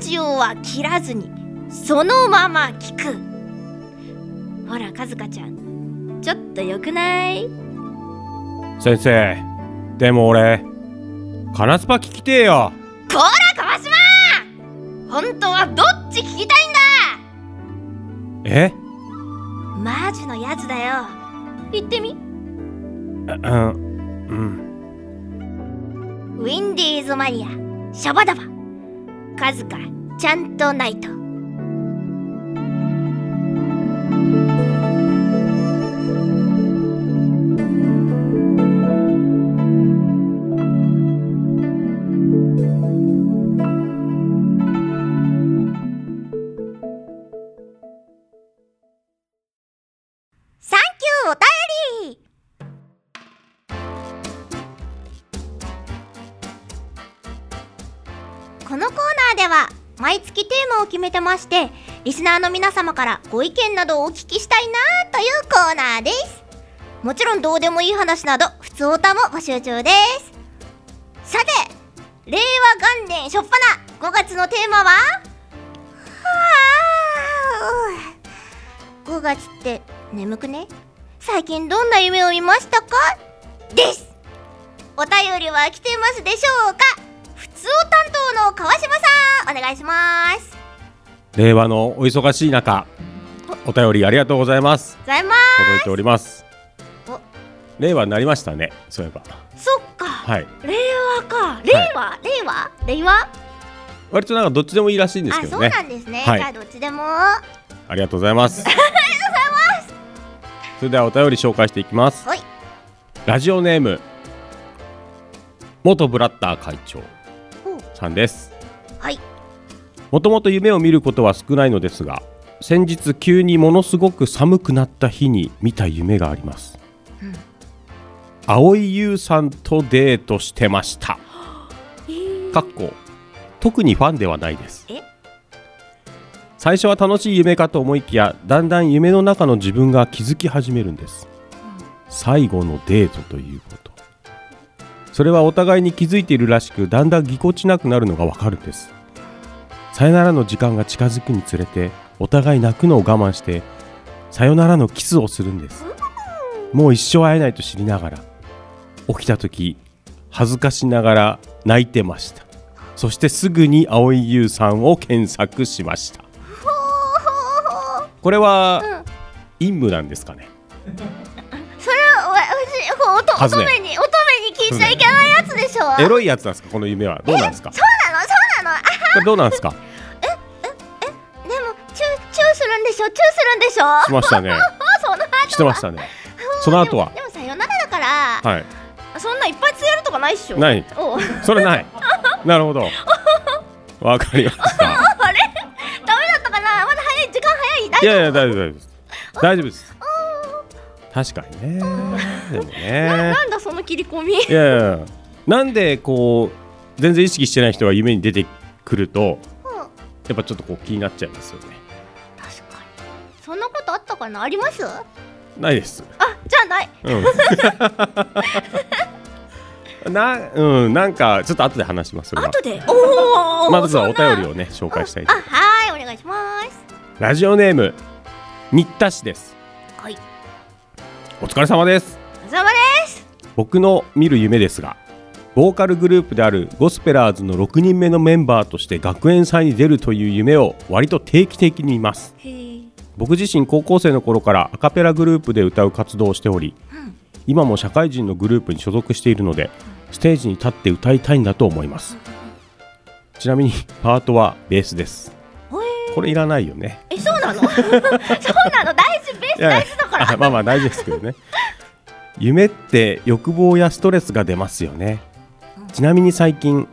ジオは切らずにそのまま聞くほらかずかちゃんちょっとよくない先生でも俺カナスパ聞きてえよこら川島本当はどっち聞きたいんだえマジのやつだよ言ってみうんうんウィンディーズマニアシャバダバカズカちゃんとナイトサンキューお便りこのコーナーでは毎月テーマを決めてましてリスナーの皆様からご意見などをお聞きしたいなというコーナーですもちろんどうでもいい話など普通歌も募集中ですさて令和元年初っ端5月のテーマははあ5月って眠くね最近どんな夢を見ましたかですお便りは来てますでしょうか普通担当の川島さんお願いします令和のお忙しい中お便りありがとうございますございま届いておりますお令和になりましたねそういえばすそっかはい令和か令和、令和令和割となんかどっちでもいいらしいんですあけそどうねなんですね、はいじゃあどっちでもはありがとうございます。 [laughs] ありがとうございます。それではお便り紹介していきます。はいラジオネーム元ブラッター会長さんです。はい。もともと夢を見ることは少ないのですが、先日急にものすごく寒くなった日に見た夢があります。うん蒼井優さんとデートしてました。かっこ特にファンではないです。最初は楽しい夢かと思いきやだんだん夢の中の自分が気づき始めるんです最後のデートということそれはお互いに気づいているらしくだんだんぎこちなくなるのがわかるんですさよならの時間が近づくにつれてお互い泣くのを我慢してさよならのキスをするんですもう一生会えないと知りながら起きた時恥ずかしながら泣いてましたそしてすぐに蒼井優さんを検索しましたこれは陰夢なんですかねそれはわ私おとはず乙ね女に乙女に聞いちゃいけないやつでしょ、エロいやつなんですかこの夢はどうなんですかそうなのそうなのあこれどうなんですかでもチューチューするんでしょチューするんでしょしましたねその後はしてましたねその後はでもさよならだからはいそんな一発やるとかないっしょないおうそれないなるほどわかりまし [laughs] たあれダメだったかなまだ早い時間早い大い丈夫やいや大丈夫大丈夫です大丈夫です確かにねでもねなんだその切り込みいやいやなんでこう全然意識してない人が夢に出てくるとやっぱちょっとこう気になっちゃいますよねそんなことあったかなありますあないですじゃあないうん [laughs] なうんなんかちょっと後で話しますそれは後でおお [laughs] まずはお便りをね紹介したいあはーいお願いしますラジオネーム新田氏ですはいお疲れ様ですお疲れ様 [laughs] です僕の見る夢ですがボーカルグループであるゴスペラーズの6人目のメンバーとして学園祭に出るという夢を割と定期的に見ます僕自身高校生の頃からアカペラグループで歌う活動をしており、今も社会人のグループに所属しているのでステージに立って歌いたいんだと思います、ちなみにパートはベースですこれいらないよねえそうなのそうなの大事ベースいや大事だからあまあまあ大事ですけどね夢って欲望やストレスが出ますよねちなみに最近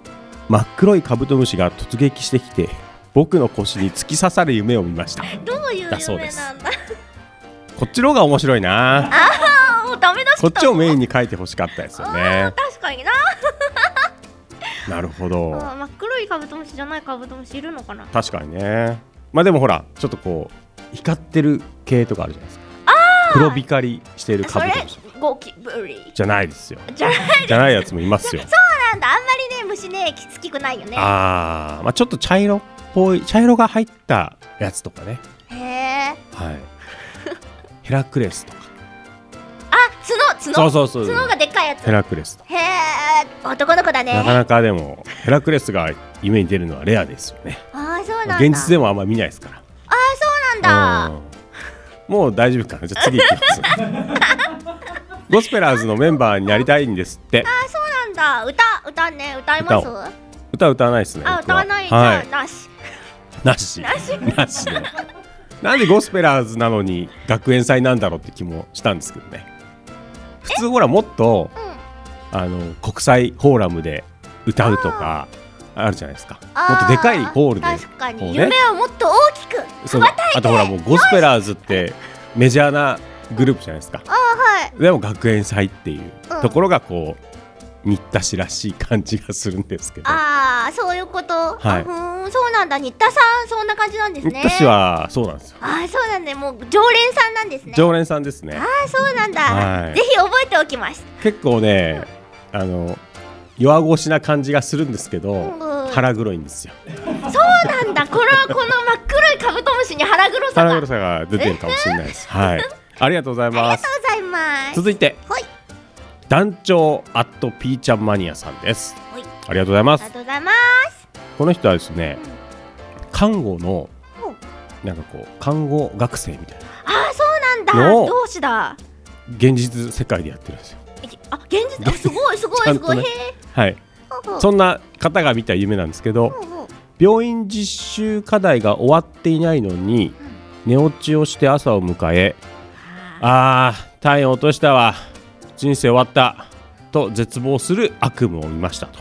真っ黒いカブトムシが突撃してきて僕の腰に突き刺さる夢を見ましたどういうだそう夢ですなんだ [laughs] こっちの方が面白いなああもうダメ出しこっ来ちたをメインに書いてほしかったですよね確かにななるほどあー真っ黒いカブトムシじゃないカブトムシいるのかな確かにねまあでもほらちょっとこう光ってる系とかあるじゃないですか黒光りしてるカそブれトムシゴキブリじゃないですよじゃないじゃないやつもいますよなんだあんまりね虫ねきつきくないよねあー、まあちょっと茶色っぽい茶色が入ったやつとかねへえ [laughs] はいヘラクレスとかあ角角そうそうそう角がでっかいやつヘラクレスとへえ男の子だねなかなかでもヘラクレスが夢に出るのはレアですよねああそうなんだ現実でももあんま見ないですからああそうなんだうんもう大丈夫かなじゃあ次いきます [laughs] ゴスペラーズのメンバーになりたいんですってああそうなんだ歌歌ね歌います歌を歌歌わないですねあ僕歌わないじはゃいなしなしなしなしねなんでゴスペラーズなのに学園祭なんだろうって気もしたんですけどね普通ほらもっと、あの国際フォーラムで歌うとかあるじゃないですかあーもっとでかいホールで確かこうにね夢をもっと大きくそうあとほらもうゴスペラーズってメジャーなグループじゃないですかああはいでも学園祭っていううんところがこう新田氏らしい感じがするんですけどああそういうこと、はいあふーんそうなんだ新田さんそんな感じなんです新ね田氏はそうなんですよああそうなんだもう常連さんなんですね常連さんですねああそうなんだ、はいぜひ覚えておきます結構ねあの弱腰な感じがするんですけどん腹黒いんですよそうなんだこれはこの真っ黒いカブトムシに腹黒さが腹あり黒さが出てるかもしれない [laughs] ですはいありがとうございまがとすうございます続いてはい団長アットピーちゃんマニアさんですはいありがとうございあまりすがとうございますこの人はですね看護のほうなんかこう看護学生みたいなああそうなんだよ同志だ現実世界でやってるんですよあ現実あすご [laughs] いすごいちすゃんごとい、ねへえはいほうほうそんな方が見た夢なんですけどほうほう病院実習課題が終わっていないのに寝落ちをして朝を迎えあー体温落としたわ人生終わったと絶望する悪夢を見ましたと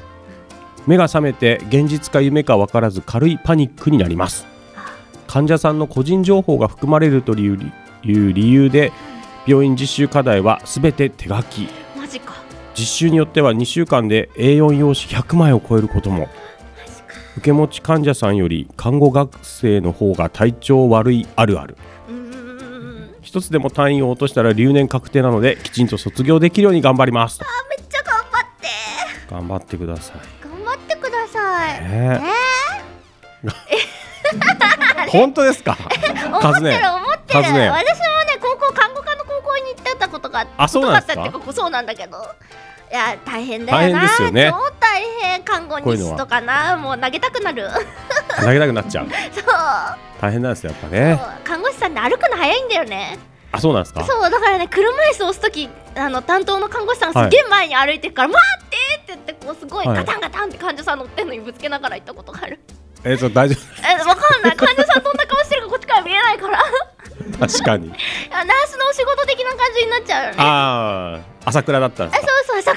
目が覚めて現実か夢か分からず軽いパニックになります患者さんの個人情報が含まれるという理いう理由で病院実習課題は全て手書きマジか実習によっては2週間で A4 用紙100枚を超えることも受け持ち患者さんより看護学生の方が体調悪いあるある一つでも単位を落としたら留年確定なのできちんと卒業できるように頑張りますとめっちゃ頑張って頑張ってください頑張ってくださいねね [laughs] え本当ですか [laughs] 思ってる思ってるカ私もズネね高校看護科の高校に行ってたことがあそうなんですか疎ったっていうかそうなんだけどいや大変だ大よ変なですよね超大変看護こういう日のは誌とかなもう投げたくなる投げたくなっちゃうそう大変なんですよやっぱね看護師さんね歩くの早いんだよねあそうなんですかそうだからね車椅子を押す時あの担当の看護師さんがすげえ前に歩いてるから、待ってって言ってこうすごいはいガタンガタンって患者さん乗ってんのにぶつけながら行ったことがある、えっと大丈えわかんない患者さんどんな顔してるかこっちから見えないから夫確かにいやナースのお仕事的な感じになっちゃうよねああ朝倉だったんであすそうかそう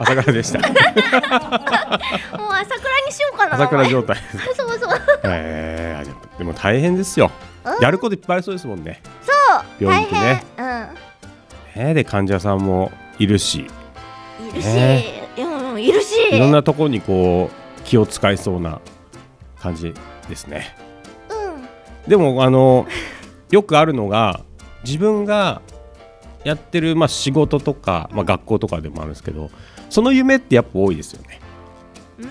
朝倉でした朝倉でしたもう朝倉にしようかな朝倉状態お前そうそうええでも大変ですようんやることいっぱいありそうですもんねそう病院ってね大ねで患者さんもいるし変うんいるし、ねうんうんいるしいろんなとこにこう気を使いそうな感じですね。でもあの [laughs] よくあるのが自分がやってる、まあ、仕事とか、まあ、学校とかでもあるんですけどその夢ってやっぱ多いですよね。う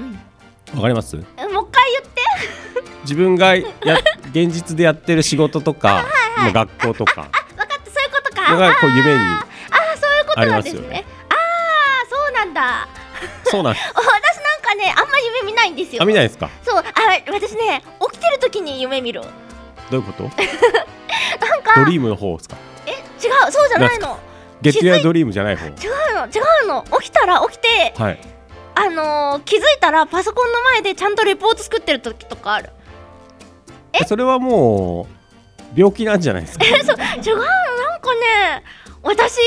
んわかりますもう一回言って自分がや現実でやってる仕事とか、まあ、学校とか分かったそういうことかがこう夢にああそういうことなんですねありまあすよあそうなんだそう [laughs] なんで私なんかねあんま夢見ないんですす。よあ見ないですかそうあ私ね起きてる時に夢見るどういうことなんかドリームの方ですかえ違うそうじゃないの月曜ドリームじゃない方違うの違うの起きたら起きてはいあのー、気づいたらパソコンの前でちゃんとレポート作ってる時とかある [laughs] それはもう病気なんじゃないです [laughs] かえそう違うのなんかね私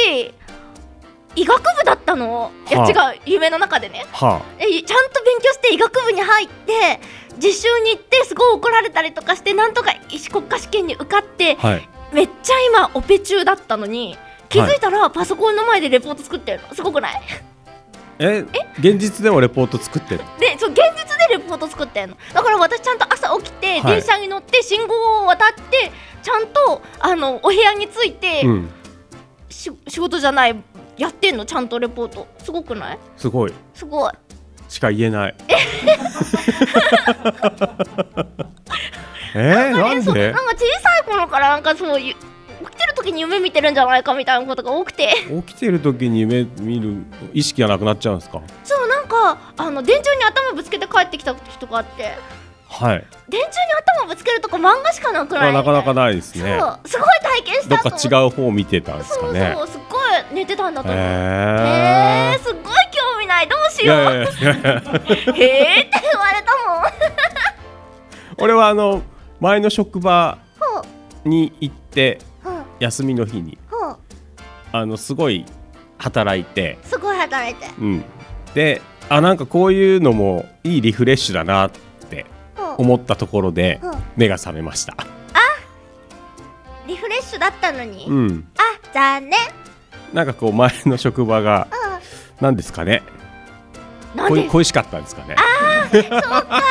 医学部だったのいや、は違う夢の中でねはえちゃんと勉強して医学部に入って実習に行ってすごい怒られたりとかしてなんとか医師国家試験に受かって、あはいめっちゃ今オペ中だったのに気づいたらパソコンの前でレポート作ってるのすごくない [laughs] え現実でもレポート作ってるでそう現実でレポート作ってんのだから私ちゃんと朝起きて、はい電車に乗って信号を渡ってちゃんとあのお部屋に着いて、うんし仕事じゃないやってんのちゃんとレポートすごくないすごいすごいしか言えない [laughs] えー、なんそうなんでか小さい頃からなんかそういう起きてる時に夢見てるんじゃないかみたいなことが多くて起きてる時に夢見る意識がなくなっちゃうんですかそうなんかあの電柱に頭ぶつけて帰ってきた時とかあってはい電柱に頭ぶつけるとか漫画しかなくまなあいなかなかないですねそうすごい体験しどたっとか思って違う方を見てたんですかねそうすっごい寝てたんだと思うへへえーすっごい興味ないどうしいようやいやいやへえって言われたもん俺はあの前の職場ほうに行ってほう休みの日にほうあのすごい働いて、すごい働いてうん、であなんかこういうのもいいリフレッシュだなって思ったところでうん目が覚めましたリフレッシュだったのに、うんあ残念なんかこう前の職場が何ですかねなん恋で恋しかったんですかねあーそうか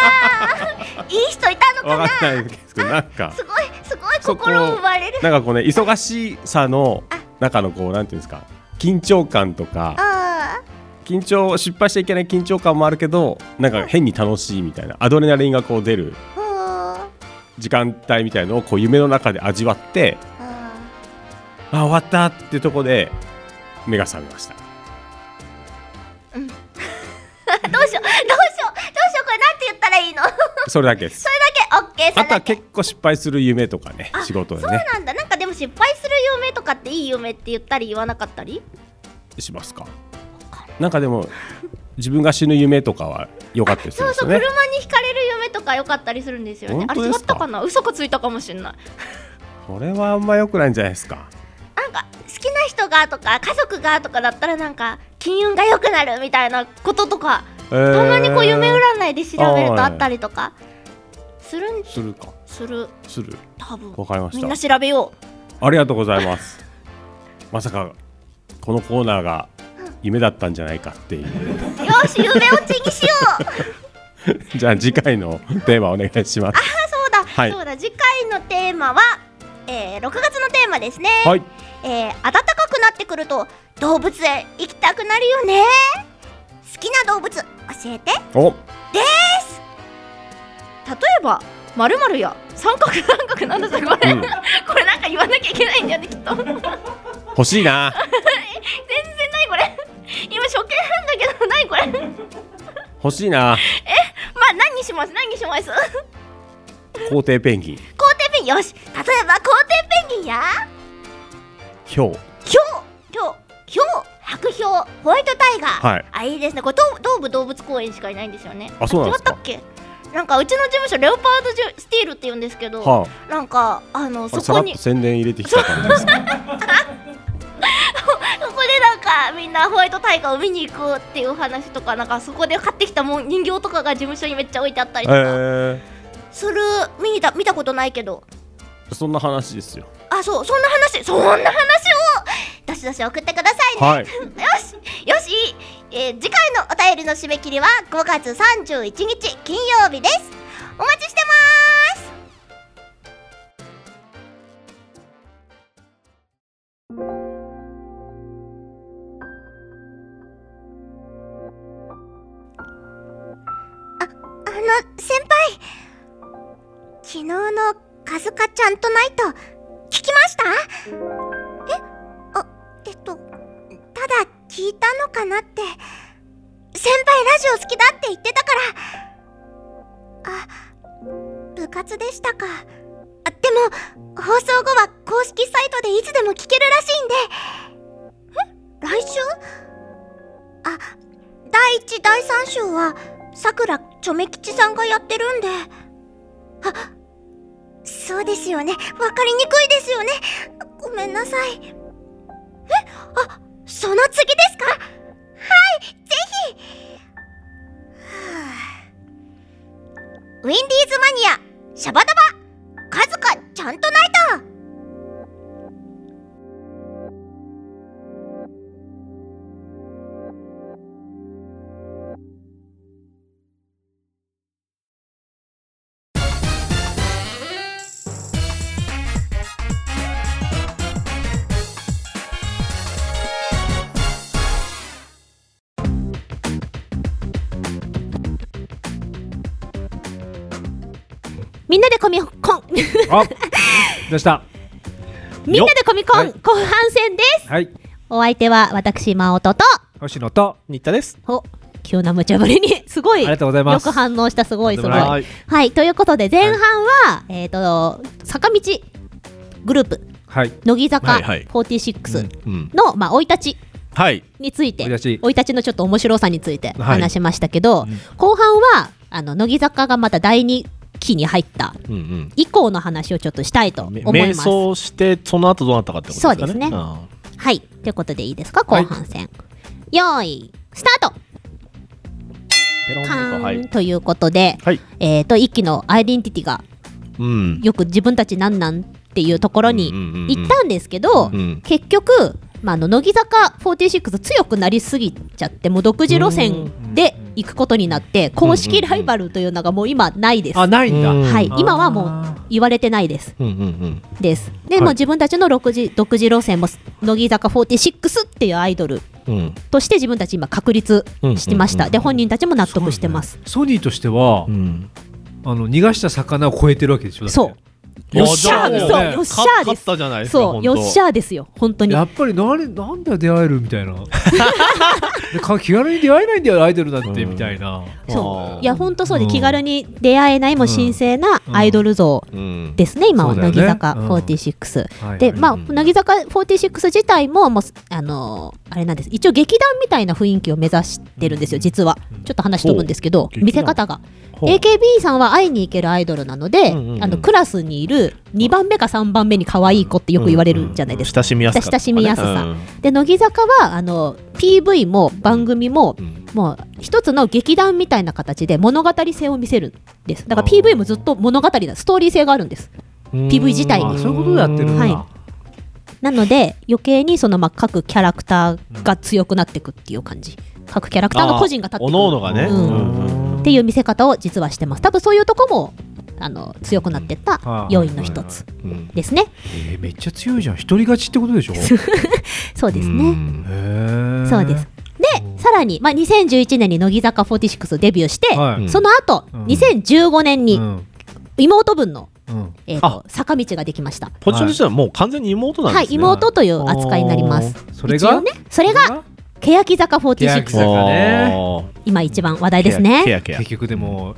ーいい人いたのかわなかんないですけどなんかすごいすごい心を奪われるなんかこうね忙しさの中のこうなんていうんですか緊張感とかあ緊張失敗しちゃいけない緊張感もあるけどなんか変に楽しいみたいなアドレナリンがこう出る時間帯みたいのをこう夢の中で味わってあ終わったってとこで目が覚め [laughs] ましたー [laughs] どう [laughs] しようどうしようどうしようこれなんて言ったらいいの [laughs] それだけですそれだけ OK あとは結構失敗する夢とかねあ仕事でそうねなんだなんかでも失敗する夢とかっていい夢って言ったり言わなかったりしますかなんかでも自分が死ぬ夢とかは良かったりするんそうそですう、よね車にひかれる夢とか良かったりするんですよね本あれ当違っですかたかな嘘がついたかもしれないこれはあんま良くないんじゃないですかなんか好きな人がとか家族がとかだったらなんか金運が良くなるみたいなこととかたまたまにこう夢占いで調べるとあったりとかするんするかするする多分わかりましたみんな調べようありがとうございます。まさかこのコーナーが夢だったんじゃないかっていう。 [laughs] よし夢落ちにしようじゃあ次回のテーマお願いしますあ。そうだ、はいそうだ次回のテーマは、えー、6月のテーマですねはい。えー、暖かくなってくると動物園行きたくなるよね好きな動物教えてお、です例えばまるまるや三角三角なんだぞこれ、うん [laughs] これなんか言わなきゃいけないんだよねきっと全然ない欲しいな。これ今初見なんだけどないこれえ欲しいな。まあ何にします何にし [laughs] ます皇帝ペンギン、皇帝ペンギンよし例えば皇帝ペンギンやヒョウ。ヒョウヒョウヒョウ白ヒョウホワイトタイガー、はいあいいですねこれどう東武動物公園しかいないんですよねあそうなんですか違ったっけなんかうちの事務所レオパードジュスティールって言うんですけど、はなんかあのあそれさこらっにと宣伝入れてきた感じですね。そこでなんかみんなホワイトタイガーを見に行こうっていう話とかなんかそこで買ってきたもん人形とかが事務所にめっちゃ置いてあったりえとかー、する、見た見たことないけどそんな話ですよ。あそうそんな話そんな話を [laughs] どしどし送ってくださいね、はいよしよし、えー次回のお便りの締め切りは5月31日金曜日ですお待ちしてますああの先輩昨日のカズカちゃんとナイト聞きましたえあえっとただ聞いたのかなって先輩ラジオ好きだって言ってたからあ部活でしたかあでも放送後は公式サイトでいつでも聞けるらしいんでえ来週あ第1第3週はさくらちょめ吉さんがやってるんであそうですよね。わかりにくいですよね。ごめんなさい。えあ、その次ですかはい、ぜひはぁウィンディーズマニア、シャバダバ、カズカ、ちゃんとナイトみんなでコミコンどうしたみんなでコミコン、はい後半戦です、はいお相手は私真音と星野と新田ですお急な無茶ぶりにすごいありがとうございますよく反応したすごいすとんごでいもないははいい、ということで前半は、えっ、と坂道グループはい乃木坂はいはい46うんうんの、まあ生い立ちはいについて生い立ち生い立ちのちょっと面白さについてはい話しましたけど、後半はあの乃木坂がまた第2期に入ったうんうん以降の話をちょっとしたいと思い瞑ます。想してその後どうなったかってことですかねそうですねんはいということでいいですか後半戦、よーいスタートペロンとカーン、はいということで、えっ、と一期のアイデンティティがうんよく自分たちなんなんっていうところに行ったんですけど、うん結局、まあ、あの乃木坂46強くなりすぎちゃってもう独自路線で行くことになって公式ライバルというのがもう今ないです。あないんだはいうん、今はもう言われてないです。うんうんですで、はいまあ、自分たちの独自独自路線も乃木坂46っていうアイドルうんうんとして自分たち今確立してました、うんうんうんで本人たちも納得してますソニーとしては、あの逃がした魚を超えてるわけでしょそうよっしゃーですそうよっしゃーですそうよっしゃーですよ本当にやっぱり何なんで出会えるみた [laughs] いなでか気軽に出会えないんだよアイドルなんてみたいなそういや本当そうで、気軽に出会えないもう神聖なうんアイドル像うんですね、今は、そうだよ乃ね木坂うん46、はいで、はいまあ、うん乃木坂46自体ももうすあのーあれなんです一応劇団みたいな雰囲気を目指してるんですよ、実はちょっと話飛ぶんですけどほう見せ方がほう AKB さんは会いに行けるアイドルなので、うんうんあのクラスにいる2番目か3番目に可愛い子ってよく言われるじゃないですか、親しみやすさとかね親しみやすさうんで乃木坂はあの PV も番組も、もう一つの劇団みたいな形で物語性を見せるんですだから PV もずっと物語なストーリー性があるんです PV 自体にあそういうことでやってるんだ、はいなので余計にそのまあ各キャラクターが強くなっていくっていう感じ各キャラクターの個人が立っていおくのおのがねうんっていう見せ方を実はしてます多分そういうとこもあの強くなってった要因の一つですね、えーめっちゃ強いじゃん一人勝ちってことでしょそうですねへそうです。で、さらに、まあ、2011年に乃木坂46デビューして、はいその後、2015年に妹分の、うんえーあと坂道ができました。ポジションとしてはもう完全に妹なんですはねい、妹という扱いになります。それ一が応ね、それが欅坂欅46。坂ね今一番話題ですね。結局でも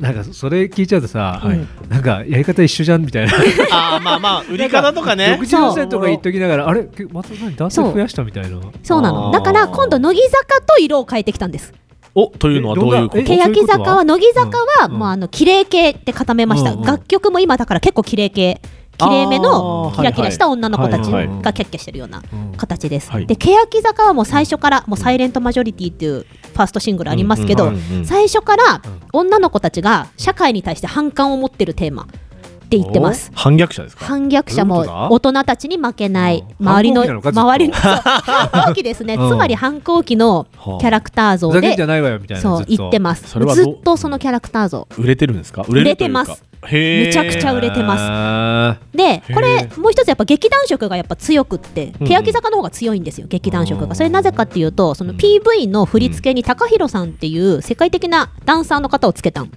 なんかそれ聞いちゃうとさ、なんかやり方一緒じゃんみたいなあーまあまあ売り方とかね独自路線とか言っときながらあれけまた何男性増やしたみたいなそうなの。だから、今度乃木坂と色を変えてきたんです。おというのはどういうこと欅坂は乃木坂は、まあ、あの綺麗系って固めました、楽曲も今だから結構綺麗系綺麗めのあーキラキラしたはいはい女の子たちはいはいがキャッキャしてるような形です、はいで欅坂はもう最初から「もうサイレントマジョリティ」っていうファーストシングルありますけど、うんうんうんうん最初から女の子たちが社会に対して反感を持ってるテーマって言ってます反逆者ですか反逆者どういうも大こ人たちに負け [laughs] ない周りの反抗期なのかずっと周りのそう反抗期ですね、うんつまり反抗期のキャラクター像でふざけんじゃないわよみたいなそうずっと言ってますそれはどずっとそのキャラクター像売れてるんですか売れてるといまうかすへーめちゃくちゃ売れてまでへーこれもう一つやっぱ劇団色がやっぱ強くってうん欅坂の方が強いんですよ、劇団色がそれなぜかっていうとその PV の振り付けに TAKAHIRO さんっていう世界的なダンサーの方をつけたん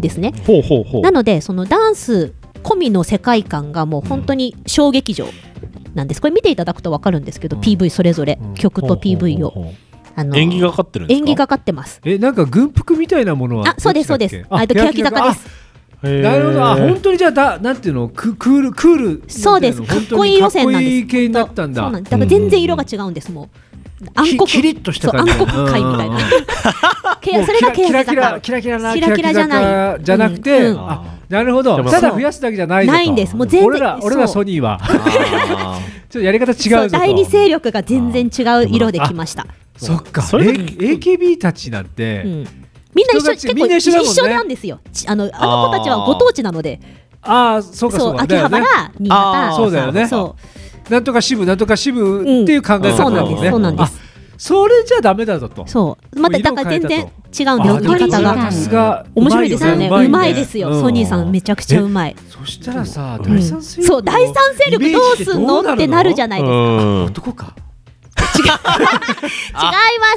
ですね、ほうほうほうなのでそのダンス込みの世界観がもう本当に小劇場なんですこれ見ていただくと分かるんですけど、PV それぞれ、曲と PV をあの演技がかって演技がかってますえなんか軍服みたいなものはあそうですそうですあえっと欅坂ですすなるほどあへー本当にじゃあだなんていうのククールクールそうですかっこいい路線なんです本当にかっこいい系になったんだそうなんですだから全然色が違うんですもう暗黒キリッとした感じ暗黒界みたいなけもうそれが欅キラ坂キラキラキラなキラキラじゃないじゃなくて、うんうんあなるほどでもただ増やすだけじゃないぞとないんですもう全然俺ら俺らソニーは [laughs] ちょっとやり方違うぞそうと第二勢力が全然違う色できましたそっかそれ AKB たちなんて、みんな一緒人たち結み構んな一緒だもんね一緒なんですよちあのあの子たちはご当地なのでああそうかそうそうか秋葉原だよね新潟あーそうだよねそなんとか支部なんとか支部っていう考え方だもんうね、んそうなんですあそれじゃダメだぞとそうまただから全然違うんですよ見方が面白いですよねうまいですよソニーさんめちゃくちゃうまいそしたらさうん第三勢力そう第三勢力どう [laughs] すんのってなるじゃないですかか違いま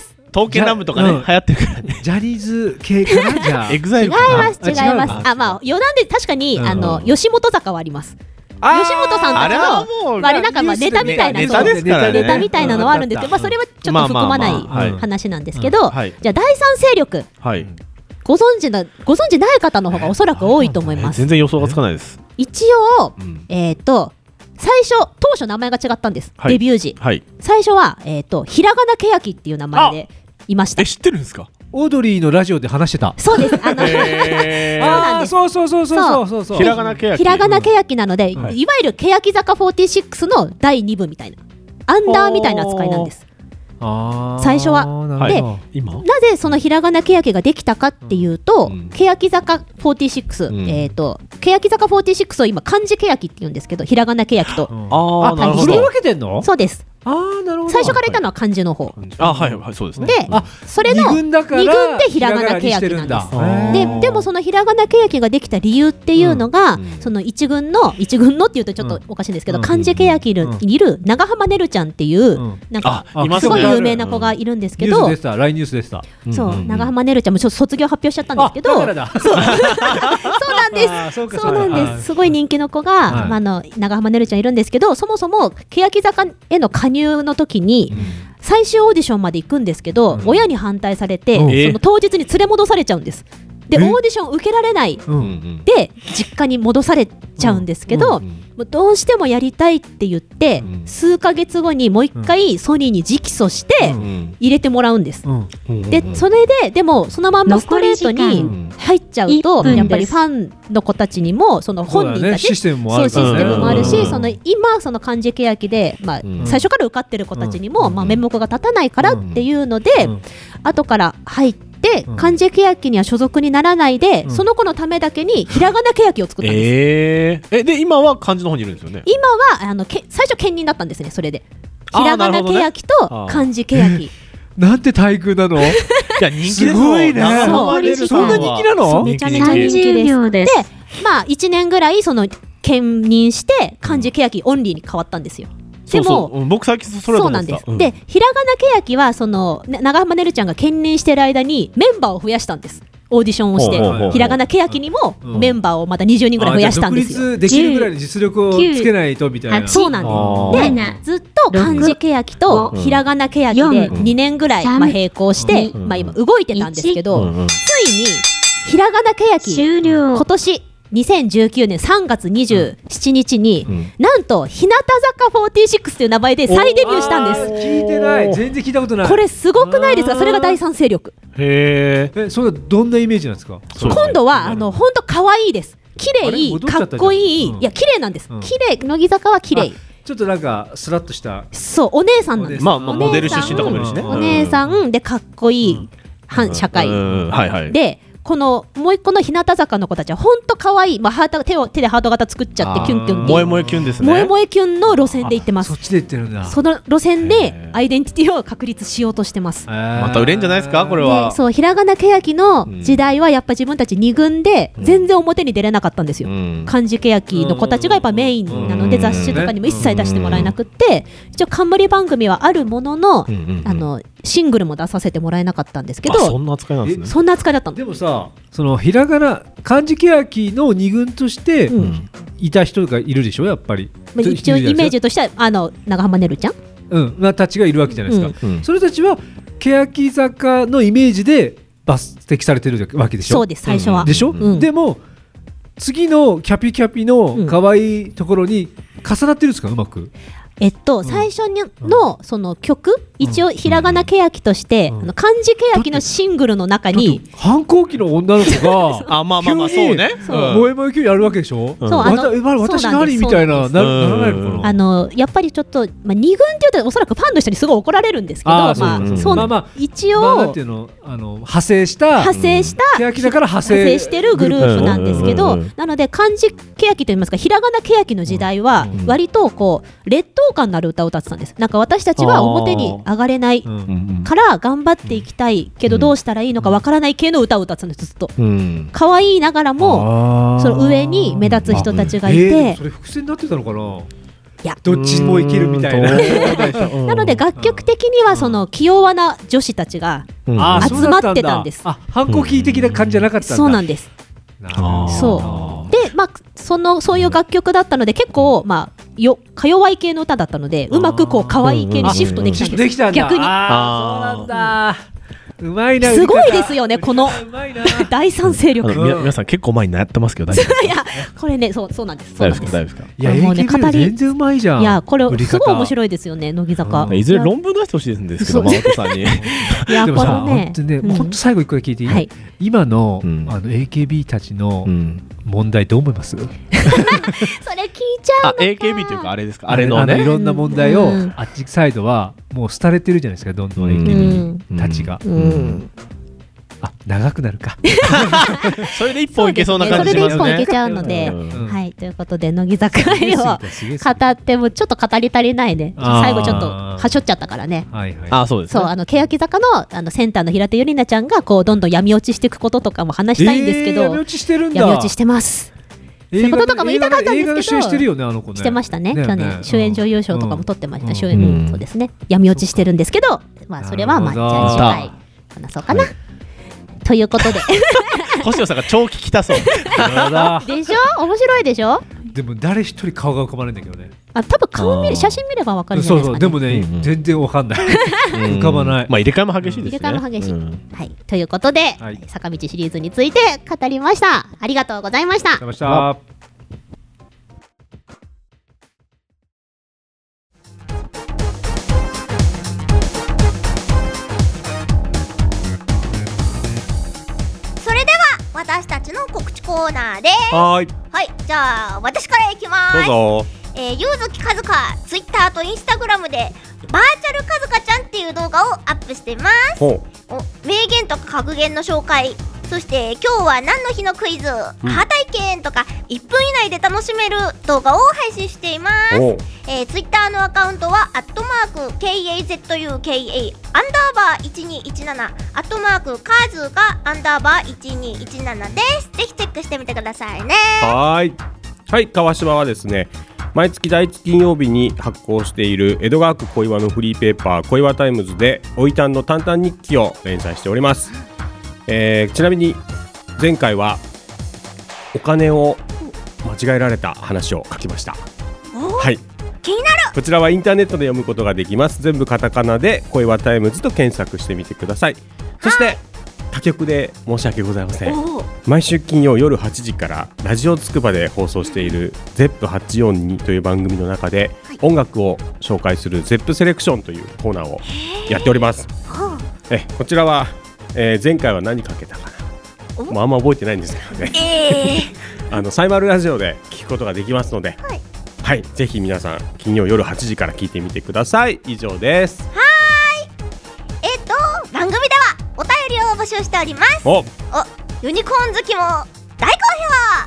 す刀剣乱舞とかね、流行ってるからねジャニーズ系かな [laughs] じゃあエグザイ違いルます違いますあまああ余談で確かに、うんあの吉本坂はありますあー吉本さんあれたはちもうのあれなんかまあニュネースでタみたいなねそうネタですからねネタみたいなのはあるんですけど、うんまあ、それはちょっとまあ含まあままあないはい話なんですけど、うんはいじゃあ第三勢力はいご存知なご存知ない方の方がおそらく多いと思います全然予想がつかないです一応、えっ、と最初当初名前が違ったんです、はいデビュー時、はい最初は、えっとひらがなけやきっていう名前でいましたえ知ってるんですかオードリーのラジオで話してたそうですあの、 [laughs] あーそうそうそうそうそうそうひらがなひらがなけやきなので、はいいわゆるけやき坂46の第2部みたいなアンダーみたいな扱いなんです最初はで今なぜそのひらがなけやきができたかっていうと、けやき坂46、うんえっ、とけやき坂46を今漢字けやきって言うんですけどひらがなけやきとあーなるほど対比して振り分けてんのそうですあなるほ最初からいたのは漢字の方、あはいはいそうですねでそれの二二軍だから軍でひらがなけやきなんですひらがなにしてるんだででもそのひらがなけやきができた理由っていうのが、その一軍の一軍のっていうとちょっとおかしいんですけど、漢字けやきにいる長浜ねるちゃんっていう、なんかあいますすねごい有名な子がいるんですけニューど、スでしたラインニュースでしたそう、んん長浜ねるちゃんもちょっと卒業発表しちゃったんですけどだからだそうなんです。そうかそうなんそうでかす。すごい人気の子が、はいまあ、あの長浜ねるちゃんいるんですけど、そもそも欅坂への加入の時に。最終オーディションまで行くんですけど、親に反対されて、うんその当日に連れ戻されちゃうんです。で、えオーディション受けられない。うんで、実家に戻されちゃうんですけど、もうどうしてもやりたいって言って、数ヶ月後にもう一回ソニーに直訴して、入れてもらうんです。でそれででもそのまんまストレートに入っちゃうと残り時間やっぱりファンの子たちにもその本人たちそうだねシステムもあるそからねうシステムもあるうんしその今その漢字欅でまあん最初から受かってる子たちにもまあ面目が立たないからっていうので後から入って漢字欅には所属にならないでその子のためだけにひらがな欅を作ったんで [laughs] す。えー、えで今は漢字の方にいるんですよね今はあのけ最初兼任だったんですねそれであーひらがななるほどね欅と漢 [laughs] 字欅なんて対空なのいや人すごいねそんな人気なのめちゃめちゃ人気です。でまあ1年ぐらいその兼任して漢字欅オンリーに変わったんですよ。でもそうそううん僕最近それだとそう思なっんてでたす。で、ひらがな欅はそのな長浜ねるちゃんが兼任してる間にメンバーを増やしたんです。オーディションをしてほうほうほうほうひらがな欅にもうんメンバーをまた20人ぐらい増やしたんですあじゃあ独よ。立できるぐらいの実力をつけないとみたいあなそうなんです。で、ずっと漢字けやきとひらがなけやきでうん2年ぐらいまあ並行して、まあ今動いてたんですけど、ついにひらがなけやき今年2019年3月27日に、なんと日向坂46という名前で再デビューしたんです。聞いてない全然聞いたことないこれすごくないですかそれが第三勢力へえそれはどんなイメージなんですか今度はあの本当可愛いです綺あれ戻麗っちゃったじかゃんっこいい、うんいや綺麗なんです、うん綺麗乃木坂は綺麗ちょっとなんかスラッとしたそうお姉さんなんですまあまあお姉さんモデル出身とかもいるしねお姉さんでかっこいい、反社会、うんはいはいでこのもう一個の日向坂の子たちは本当可愛いまあハート手を手でハート型作っちゃってキュンキュンってい萌うえ萌えキュンですね萌え萌えキュンの路線で行ってますそっちで言ってるんだその路線でアイデンティティを確立しようとしてますまた売れんじゃないですかこれはでそうひらがなけやきの時代はやっぱ自分たち二軍で全然表に出れなかったんですよ、漢字けやきの子たちがやっぱメインなのでうん雑誌とかにも一切出してもらえなくって一応冠番組はあるもののあのシングルも出させてもらえなかったんですけどな扱いなんですねそんな扱いだったのでもさそのひらがな漢字けやきの二軍としていた人がいるでしょやっぱり、まあ一応イメージととしてはあの長浜ねるちゃんうんまあたちがいるわけじゃないですか、それたちはけやき坂のイメージで抜擢されてるわけでしょそうです最初はんでしょ、うんでも次のキャピキャピの可愛いところに重なってるんですかうまくえっと、最初にのその曲、一応ひらがなけやきとして、あの漢字けやきのシングルの中に、反抗期の女 [laughs] の子があまあまあまあ急にそうねそう萌え萌え急にやるわけでしょ、そうわあたえの私そうなんで何すみたいそうなななんですならないのかなあのやっぱりちょっと、まあ、二軍って言うとおそらくファンの人にすごい怒られるんですけどあーそうまうんあ、そうまあまあ一まあなん応ていうのあの派生した派生した欅だから派生派生してるグループなんですけうどんうんうんなので漢字けやきといいますかひらがなけやきの時代は割とこう劣等感のある歌を歌ってたんですなんか私たちは表に上がれないから頑張っていきたいけどどうしたらいいのかわからない系の歌を歌ってたんですずっとうん可愛いながらもあーその上に目立つ人たちがいえーでてもそれ伏線になってたのかなやどっちもいけるみたい [laughs] な。なので楽曲的にはその気弱な女子たちが集あーまってたんです。そうだったんだあ、反抗期的な感じじゃなかったんだ。そうなんです。そうでまあそのそういう楽曲だったので結構まあよか弱い系の歌だったのでうまくこう可愛い系にシフトできたんです。できたんだ。逆にあーそうなんだ。うまいな。すごいですよねこの第三勢力。あのみな皆さん結構前になってますけど大丈夫いやこれねそうそうなんです。そ大うなん丈夫でですか大丈夫ですすかいや、あもうね AKB 語り全然うまいじゃん。いやこれすごい面い。白いですよね乃木坂。いずれ論文出してほしいんですけど、そマうオトさ [laughs] んに。いやでこもれさ、ね本当にね、本当最後一個だけ聞いていい、はい今の,、うんあの AKB たちのうん問題どう思います、それ聞いちゃあ、う AKB というかあれですか、あれのあいね。ろんな問題を、うんあっちサイドはもう廃れてるじゃないですかどんどんうん AKB たちが、うんあ長くなるかそれで一本いけそうな感じしますそれで一本いねけ。ちゃうので、う [laughs] んはいということで乃木坂愛をすげえすげえ語ってもちょっと語り足りないねあー最後ちょっとはしょっちゃったからねはいはいあ、そうですそうね。あの欅坂のあのセンターの平手友梨奈ちゃんがこうどんどん闇落ちしていくこととかも話したいんですけど、えー闇落ちしてるんだ闇落ちしてますそう映画のいうこととかも言いたかったんですけど映画の主演してるよねあの子ねしてましたね去年主演女優賞とかも取ってました、主演演、うんそうですね闇落ちしてるんですけどまあそれはまあじゃあ次なる回話そうかな、ということで星野さんが超聞きたそう。でしょ面白いでしょでも誰一人顔が浮かばないんだけどねあ多分顔見あーる写真見ればわかるじゃそなういですそか、うね、でもね、うんうん全然わか [laughs] んない浮かばないまあ入れ替えも激しいです入ね。れ替えも激しい、うんはい、ということで、はい坂道シリーズについて語りましたありがとうございましたありがとうございましたそれでは私たちの告知コーナーですはーい、はいじゃあ私からいきますどうぞ。えー、ゆうずきかずかツイッターとインスタグラムでバーチャルかずかちゃんっていう動画をアップしてますほお名言とか格言の紹介そして今日は何の日のクイズ歯体験とか1分以内で楽しめる動画を配信していますう、ほう。えー、ツイッターのアカウントは、アットマーク、KAZUKA、アンダーバー1217、アットマーク、カーズーが、アンダーバー1217です。ぜひチェックしてみてくださいね。はーい。はい、川島はですね、毎月第1金曜日に発行している江戸川区小岩のフリーペーパー、小岩タイムズで、おいたんの淡々日記を連載しております。えーちなみに、前回は、お金を間違えられた話を書きました。はい。気になるこちらはインターネットで読むことができます。全部カタカナで、小岩タイムズと検索してみてください。そして、他局で申し訳ございません。お毎週金曜夜8時からラジオつくばで放送している ZEP842 という番組の中で音楽を紹介する ZEP セレクションというコーナーをやっております。えこちらは、えー前回は何かけたかな、まあ、あんま覚えてないんですけどねえー、 [laughs] あのサイマルラジオで聞くことができますので、はいいぜひ皆さん金曜夜8時から聞いてみてください。以上ですえっと、番組ではお便りを募集しております。おおユニコーン好きも大好評サ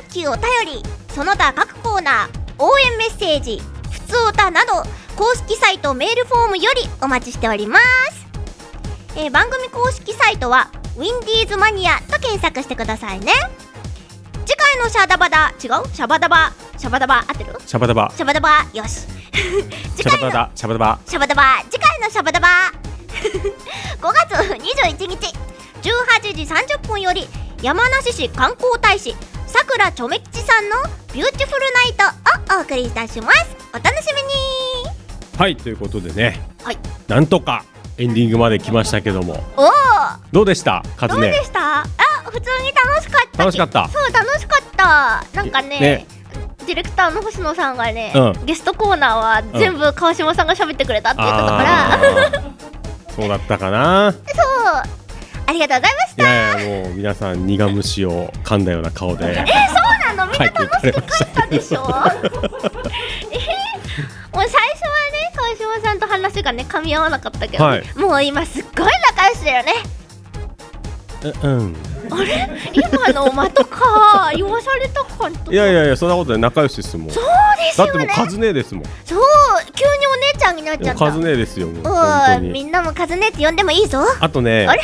ンキューお便りその他各コーナー応援メッセージ普通おたなど公式サイトメールフォームよりお待ちしております、えー番組公式サイトはウィンディーズマニアと検索してくださいね次回のシャダバダ違うシャバダバシャバダバ合ってるシャバダバシャバダバよし [laughs] シャバダダシャバダバシャバダバ次回のシャバダバ [laughs] 5月21日18時30分より山梨市観光大使さくらちょめ吉さんのビューティフルナイトをお送りいたしますお楽しみにはいということでね、はいなんとかエンディングまで来ましたけどもおおどうでしたカどズうネでしたあ普通に楽しかった楽しかったそう楽しかったなんかねねディレクターの星野さんがね、うんゲストコーナーは全部川島さんが喋ってくれたって言ってたから、 [laughs] あー [laughs] そうだったかなそうありがとうございましいやいやもう皆さん苦虫を噛んだような顔でたあのみん帰なっていかれましったで [laughs] しょえもう最初はね川島さんと話がね噛み合わなかったけど、ねはいもう今すっごい仲良しだよねたうん今のまと [laughs] か言わされたかといやいやいやそんなことない仲良しですもんそうですだよってもうカズネですもんそう急にお姉ちゃんになっちゃったカズネですよもうお本当ーみにんなもカズネって呼んでもいいぞあとねあれ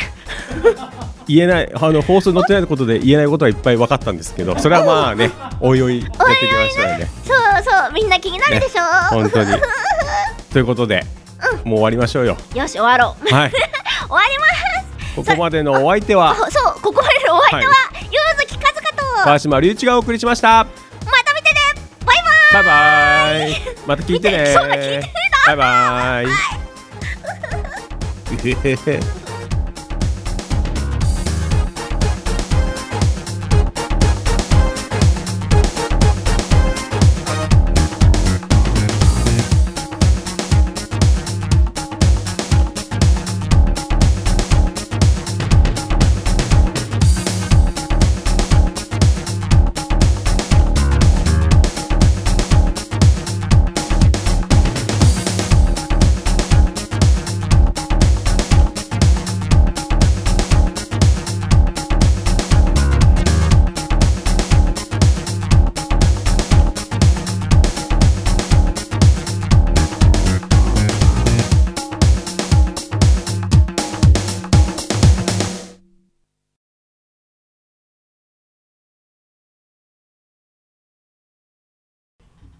言えないあの放送に載ってないことで言えないことはいっぱい分かったんですけどそれはまあねおいおいやってきましたよね。そうそうみんな気になるでしょ、本当にということで、もう終わりましょうよ。よし終わろう [laughs] 終はわいりますここまでのお相手はあそうここまでのお相手は、柚月和香と川島隆一がお送りしました。また見てねバイバイバイバイ。また聞いて見てね。そんな聞いてバイバイ。えへへ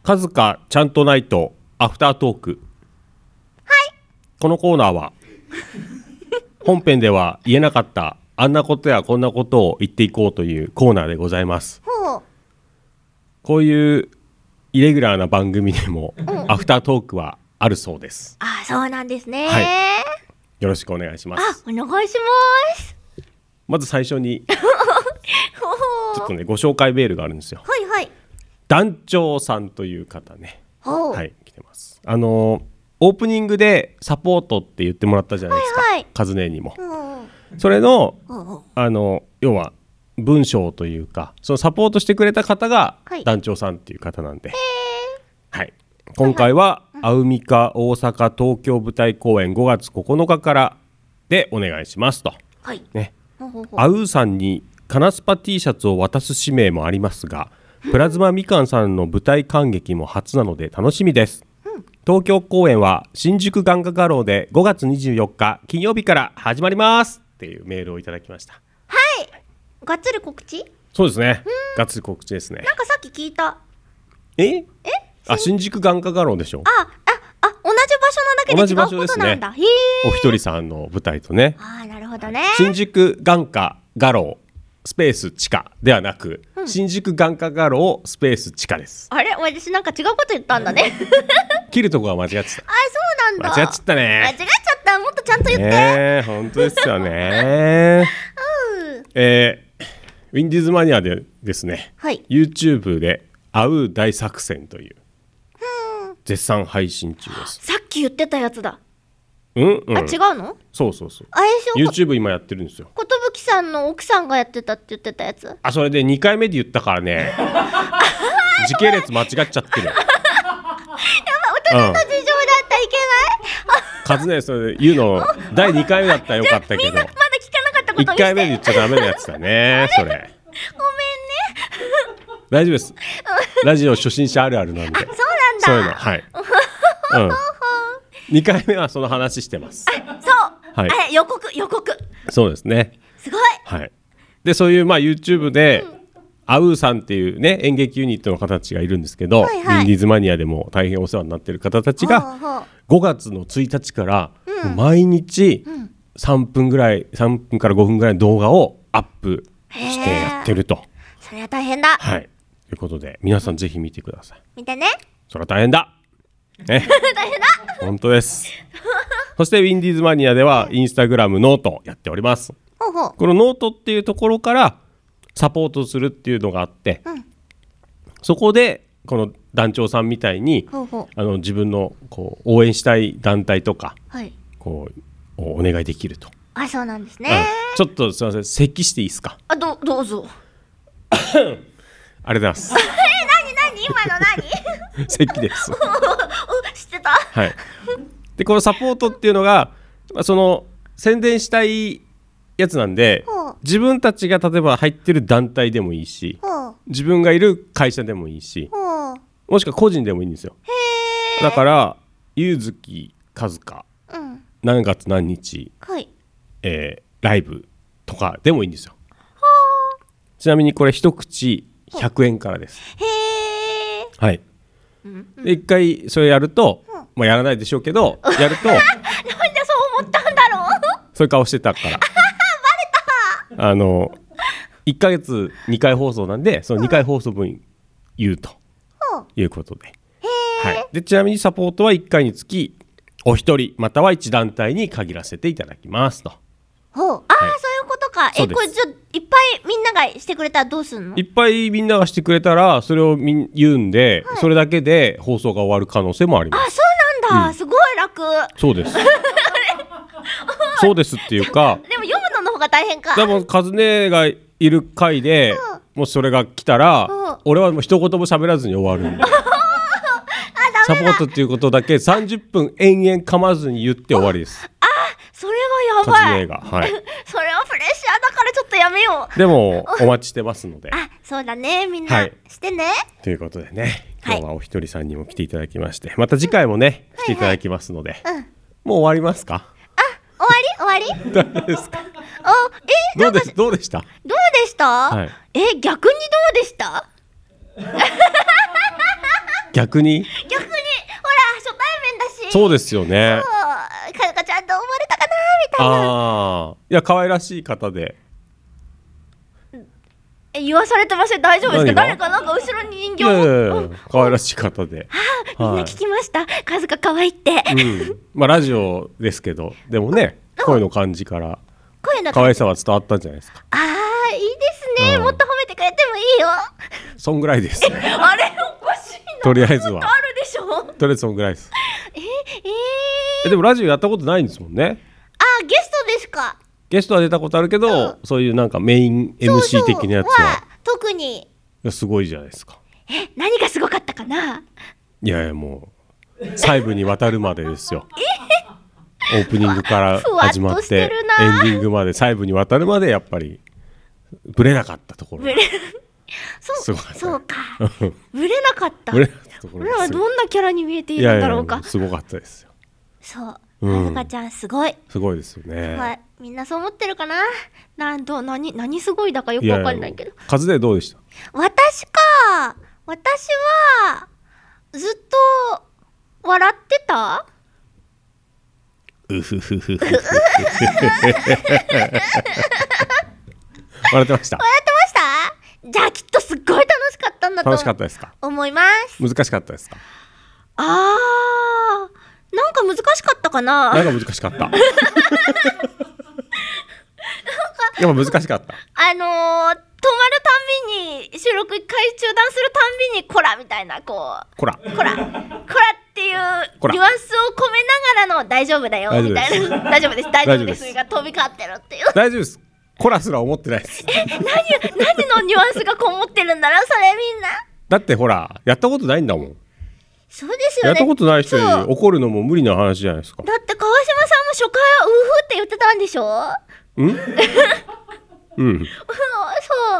カズカちゃんとないとアフタートークはいこのコーナー [laughs] は本編では言えなかったあんなことやこんなことを言っていこうというコーナーでございますほうこういうイレギュラーな番組でもうんアフタートークはあるそうですあそうなんですね、はいよろしくお願いしまあすお願いしますまず最初にちほうょっとねご紹介メールがあるんですよはいはい団長さんという方ねほうはい来てますあのーオープニングでサポートって言ってもらったじゃないですか、はいはいカズネにもうんそれのうんうんあの要は文章というかそのサポートしてくれた方がはい団長さんっていう方なんで、はい、今回はアウミカ大阪東京舞台公演5月9日からでお願いしますと、はいね、ほうほうほうアウーさんにカナスパ T シャツを渡す使命もありますがプラズマみかんさんの舞台観劇も初なので楽しみです、東京公演は新宿眼科画廊で5月24日金曜日から始まりますっていうメールをいただきましたがっつり告知そうですねがっつり告知ですねなんかさっき聞いたあええあ新宿眼科画廊でしょああ同じ場同所じな場だけで違所うこでとすなねんだ、へおえ一人さんの舞台とねあーなるほどね新宿眼科画廊スペース地下ではなく、新宿眼科画廊スペース地下ですあれ私なんか違うこと言ったんだね切るとこが間違ってたあそうなんだ間違っちゃった間違っねちゃったもっとちゃんと言って、ねえ本当です [laughs] よねえーウィンディーズマニアでですねはい YouTube で「会う大作戦」という絶賛配信中ですさっき言ってたやつだ、うん、うん、あ違うのそうそうそうあれでしょ YouTube 今やってるんですよことぶきさんの奥さんがやってたって言ってたやつあそれで2回目で言ったか [laughs] らね時系列間違っちゃってる大人の事情だったらいけない、カズネそれ言うの第2回目だったらよかっ [laughs] たけどまだ聞かなかったこと1にして回目で言っちゃダメなやつだねそれご大丈夫です [laughs] ラジオ初心者あるあるなんでめんねそうそなういうんのだ [laughs] はい、うん、2回目はその話してますそう、はいあれ予告予告そうですねすごいはいでそういうまあ YouTube で、アウーさんっていうね演劇ユニットの方たちがいるんですけど、はいはいウィンディーズマニアでも大変お世話になってる方たちがほうほう5月の1日から、うんもう毎日うん3分ぐらい3分から5分ぐらいの動画をアップしてへえやってると、それは大変だ、はいということで皆さんぜひ見てください見てねそれは大変だね [laughs] 大変だ本当ですそしてウィンディーズマニアではインスタグラムノートやっておりますほうほうこのノートっていうところからサポートするっていうのがあって、うんそこでこの団長さんみたいにほうほあの自分のこう応援したい団体とかうはいこうおお願いできると、あそうなんですね、うんちょっとすいません咳していいですかあどどうぞえありがとうござい何何 [laughs] 今の何ます咳ですお知ってたはい、でこのサポートっていうのがまあその宣伝したいやつなんでほう自分たちが例えば入ってる団体でもいいしほう自分がいる会社でもいいしほうもしくは個人でもいいんですよだから柚月和香うん何月何日、はいえーライブとかでもいいんですよちなみにこれ一口100円からですはいで一回それやると、まあ、やらないでしょうけどやると [laughs] なんでそう思ったんだろうそういう顔してた [laughs] からあの1ヶ月2回放送なんでその2回放送分言うということで,、はい、でちなみにサポートは1回につきお一人または1団体に限らせていただきますとほうああ、そういうことかそえうですこれちょいっぱいみんながしてくれたらどうすんのいっぱいみんながしてくれたらそれをみん言うんで、それだけで放送が終わる可能性もありあますそうなんだ、うんすごい楽そう [laughs] ですそうですっていうかでも読むのの方が大変かでもカズネがいる回で、もしそれが来たら、うん俺はもう一言も喋らずに終わ [laughs] るんでサポートっていうことだけ30分延々噛まずに言って終わり [laughs] ですそれはやばカズいネがはいそれはプレッシャーだからちょっとやめようでも [laughs] お待ちしてますのであそうだねみんな、はいしてねということでね今日はお一人さんにも来ていただきましてまた次回もね、来ていただきますので、うんもう終わります [laughs] か終わり終わり大丈夫ですかあえどうでどうでしたどうでした、はいえ逆にどうでした逆に逆にほら初対面だしそうですよねそうかよかちゃんと思われたかなみたいなああいや可愛らしい方でえ言わされてません大丈夫ですか誰何がかなんか後ろに人い形やいやいをや可愛らしい方でみんはな聞きましたカズが可愛いってうん、まあラジオですけどでもね声の感じから声の可感愛じさは伝わったんじゃないですかあーいいですねうんもっと褒めてくれてもいいよそんぐらいですえ [laughs] あれおかしいなとりあえずはもっとあるでしょとりあえずそんぐらいですえええでもラジオやったことないんですもんねあーゲストですかゲストは出たことあるけど、そういうなんかメイン MC 的なやつは特にいやすごいじゃないですかえ何がすごかったかないやいやもう細部にわたるまでですよオープニングからふわっと始まっしてエンてるなディングまで細部にわたるまでやっぱりブレなかったところブ [laughs] レそうすごかったそうかうんブレなかったブレなかったところ俺がらはすごいどんなキャラに見えているんだろうかいやいやすごかったですよそううんカズカちゃんすごいすごいですよね、はい、みんなそう思ってるかななんと何何すごいだかよくわかんないけどやや数でどう [laughs] でした私か私はずっと笑ってたうふふふふ笑笑ってましたってましたじゃあきっとすっごい楽しかったんだと楽しかったですか思います難しかったですかあーなんか難しかったかななんか難しかったやっぱ難しかったあのー、止まるたんびに収録一回中断するたんびにこらみたいなこうこらこらこらっていう [laughs] こらニュアンスを込めながらの大丈夫だよ大丈み夫でたすいな大丈夫です大丈夫で大丈夫ですすが飛び交ってるっていう大丈夫ですコラすら思ってないですえ何何のニュアンスがこもってるんだろうそれみんなだってほらやったことないんだもん、そうですやよっねたことない人にそうだ怒るのも無理な話じゃないですかって川島さんも初回はウーフって言ってたんでしょうんそ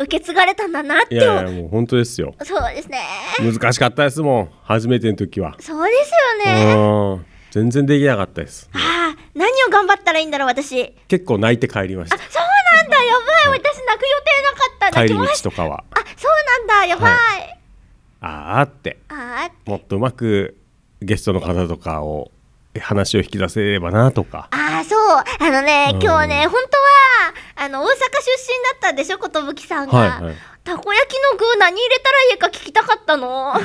う受け継がれたんだなっていやいやもう本当ですよそうですね難しかったですもん初めての時はそうですようねん全然できなかったですああ何を頑張ったらいいんだろう私結構泣いて帰りましたそうなんだやばい私泣く予定なかった泣き帰りま道したとかはあそうなんだやばい、あーってあもっとうまくゲストの方とかを話を引き出せればなとかあああそうあのねうん今日ね本当はあの大阪出身だったでしょ寿さんが、はいはいたこ焼きの具何入れたらいいか聞きたかった [laughs] のあ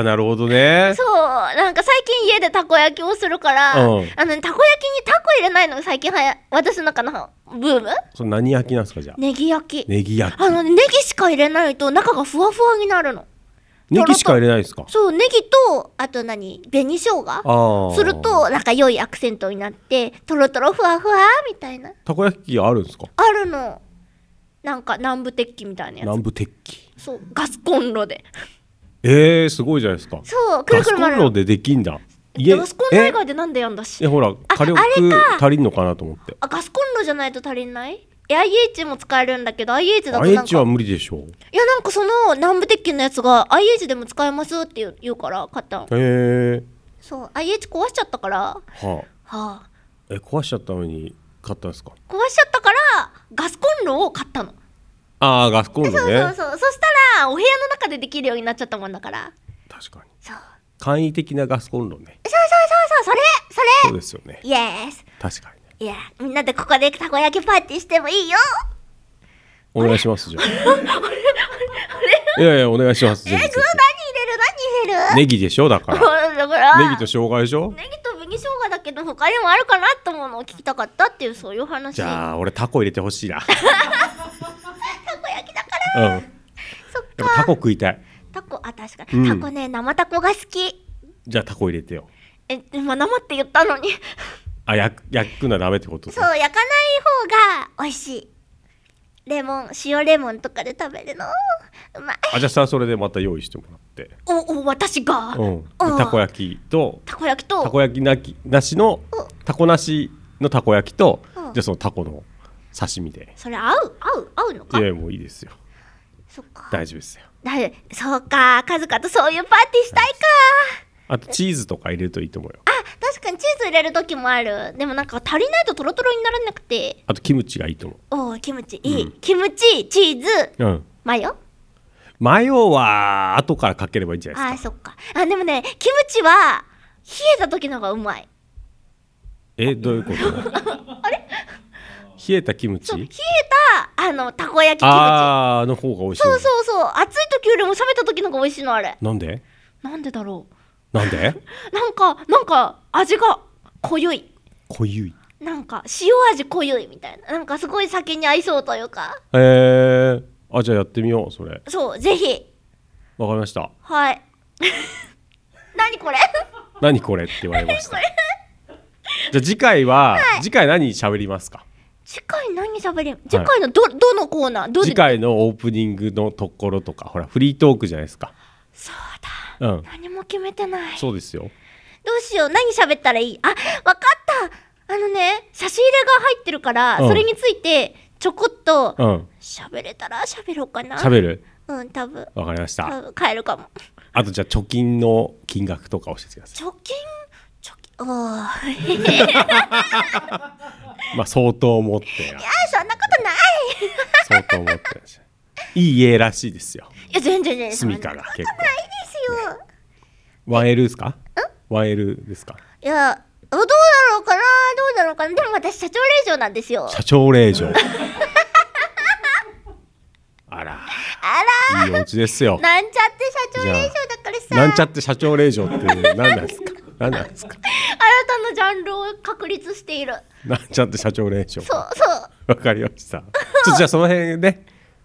ーなるほどねそうなんか最近家でたこ焼きをするから、うんあのねたこ焼きにタコ入れないのが最近はや私の中のブームそれ何焼きなんですかじゃあネギ焼きネギ焼きあのねネギしか入れないと中がふわふわになるのネギしか入れないですかそうネギとあと何紅生姜ああするとなんか良いアクセントになってとろとろふわふわみたいなたこ焼き器あるんですかあるのなんか南部鉄器みたいなや南部鉄器つそうガスコンロでえー、すごいじゃないですかそうくるガくスるコ回ンるロでできんだ家ガスコンロ以外でなんでやんだえしえほら火力あれか足りんのかなと思ってあガスコンロじゃないと足りないえ IH も使えるんだけど IH だとなん IH かは無理でしょういやなんかその南部鉄器のやつが IH でも使えますって言う言うから買ったのへえそう IH 壊しちゃったからははああえ壊しちゃったのに買ったんですか壊しちゃったからガスコンロを買ったの、ああガスコンそうロそうねそうそしたらお部屋の中でできるようになっちゃったもんだから確かにそう簡易的なガスコンロねそうそうそうそうそれそれそうですよ [laughs] ねイエス確かいにねやみんなでここでたこ焼きパーティーしてもいいよお願いしますじゃあいやいやお願いしますえぜ具何ひぜ入れる何入れるひネギでしょだからそうだ [laughs] からネギと生姜でしょネギと紅生姜だけど他にもあるかなってものを聞きたかったっていうそういう話じゃあ俺タコ入れてほし [laughs] いなたこ焼きだかうんやっそっぱタコ食いたいタコあ確かに、うんタコね生タコが好きじゃあタコ入れてよえ今生って言ったのに [laughs] あ焼く焼くのはダメってことねそう焼かない方が美味しいレモン塩レモンとかで食べるのうまいあじゃあさそれでまた用意してもらっておお私が、うんであーたこ焼きとたこ焼きとたこ焼きなきなしのたこなしのたこ焼きとうんじゃあそのタコの刺身でそれ合う合う合うのいかやもういいですよそっか大丈夫ですよだそうかカズカとそういうパーティーしたいかあとチーズとか入れるといいと思うよ確かにチーズ入れる時もあるでもなんか足りないとトロトロにならなくてあとキムチがいいとお思おキムチいい、キムチチーズううんマヨマヨは後からかければいいんじゃないですかあーそっかあでもねキムチは冷えた時の方がうまいえどういうこと冷えたキムチ冷えたあのたこ焼きキムあーの方が美チ味しいそうそうそう暑い時よりも冷めた時の方が美味しいのあれなんでなんでだろな [laughs] んでうなんかなんか味が濃ゆい濃ゆいなんか塩味濃ゆいみたいななんかすごい酒に合いそうというかえー、あじゃあやってみようそれそうぜひわかりましたはい [laughs] 何これ何これって言われましこたれじゃあ次回は、はい次回何喋りますか次回何喋れん次回のど、どのコーナーどう次回のオープニングのところとかほらフリートークじゃないですかそうだうん何も決めてないそうですよどうしよう何喋ったらいいあわかったあのね差し入れが入ってるから、うんそれについてちょこっとうん喋れたら喋ろうかな喋るうん多分わかりました多分帰るかもあとじゃあ貯金の金額とか教えてくださ貯金貯金おーいいまあ相当持ってるやそんなことない [laughs] 相当持ってるしいい家らしいですよいや全然全然そんな住こみとかないがで結構すよ 1L ですか 1L ですかいやどうだろうかなどうだろうかなでも私社長令嬢なんですよ社長 [laughs] 令嬢あらあらいいお家ですよなんちゃって社長じゃあ令嬢だからさなんちゃって社長令嬢って何な [laughs] んですか何なんですか新たなジャンルを確立しているなんちゃって社長令嬢そうそうわかりましたちょっとじゃあその辺で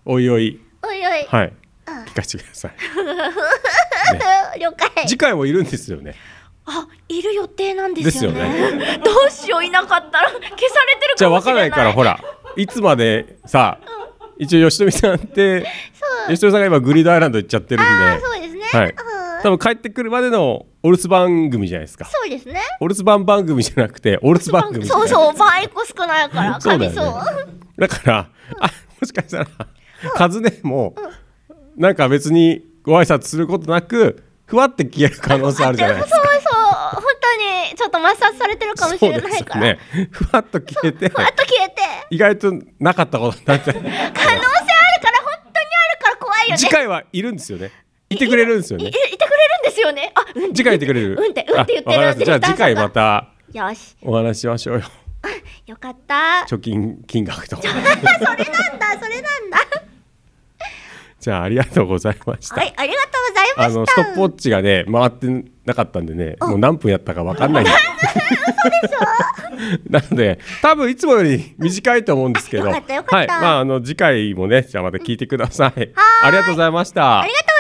おいおいおいおいはいうん聞かせてください了解次回もいるんですよねあいる予定なんですよねですよ [laughs] どうしよういなかったら消されてるじかゃあもしれ分かならいないからほらいつまでさ一応吉富さんって吉富さんが今グリードアイランド行っちゃってるんであーそうですねはい、多分帰ってくるまでのお留守番組じゃないですかそうですねお留守番番組じゃなくてお留守番組そうそうバイコ少ないから [laughs] そう噛だよみねそうだからあもしかしたらカズネもなんか別にご挨拶することなくふわって消える可能性あるじゃないそうですそかう本当にちょっと抹殺されてるかもしそうれでなすいかよらねふわっと消えてふわっと消えて意外となかったことになって可能性あるから本当にあるから怖いよね次回はいるんですよね。いてくれるんですよいいねい。てくれるんですよねあうん次回いてくれる。うんってうんって言ってるあわかりましたじゃあ次回またよしお話ししましょうよ。よかった貯金金額 [laughs] と。それなんだそれなんだじゃあありがとうございました。はいありがとうございまあしたのストップウォッチがね回ってなかったんでねもう何分やったかわかん [laughs] ないんで [laughs] なので多分いつもより短いと思うんですけどあよかったよかったはいまああの次回もねじゃあまた聞いてくださいありがとうございましたありがとう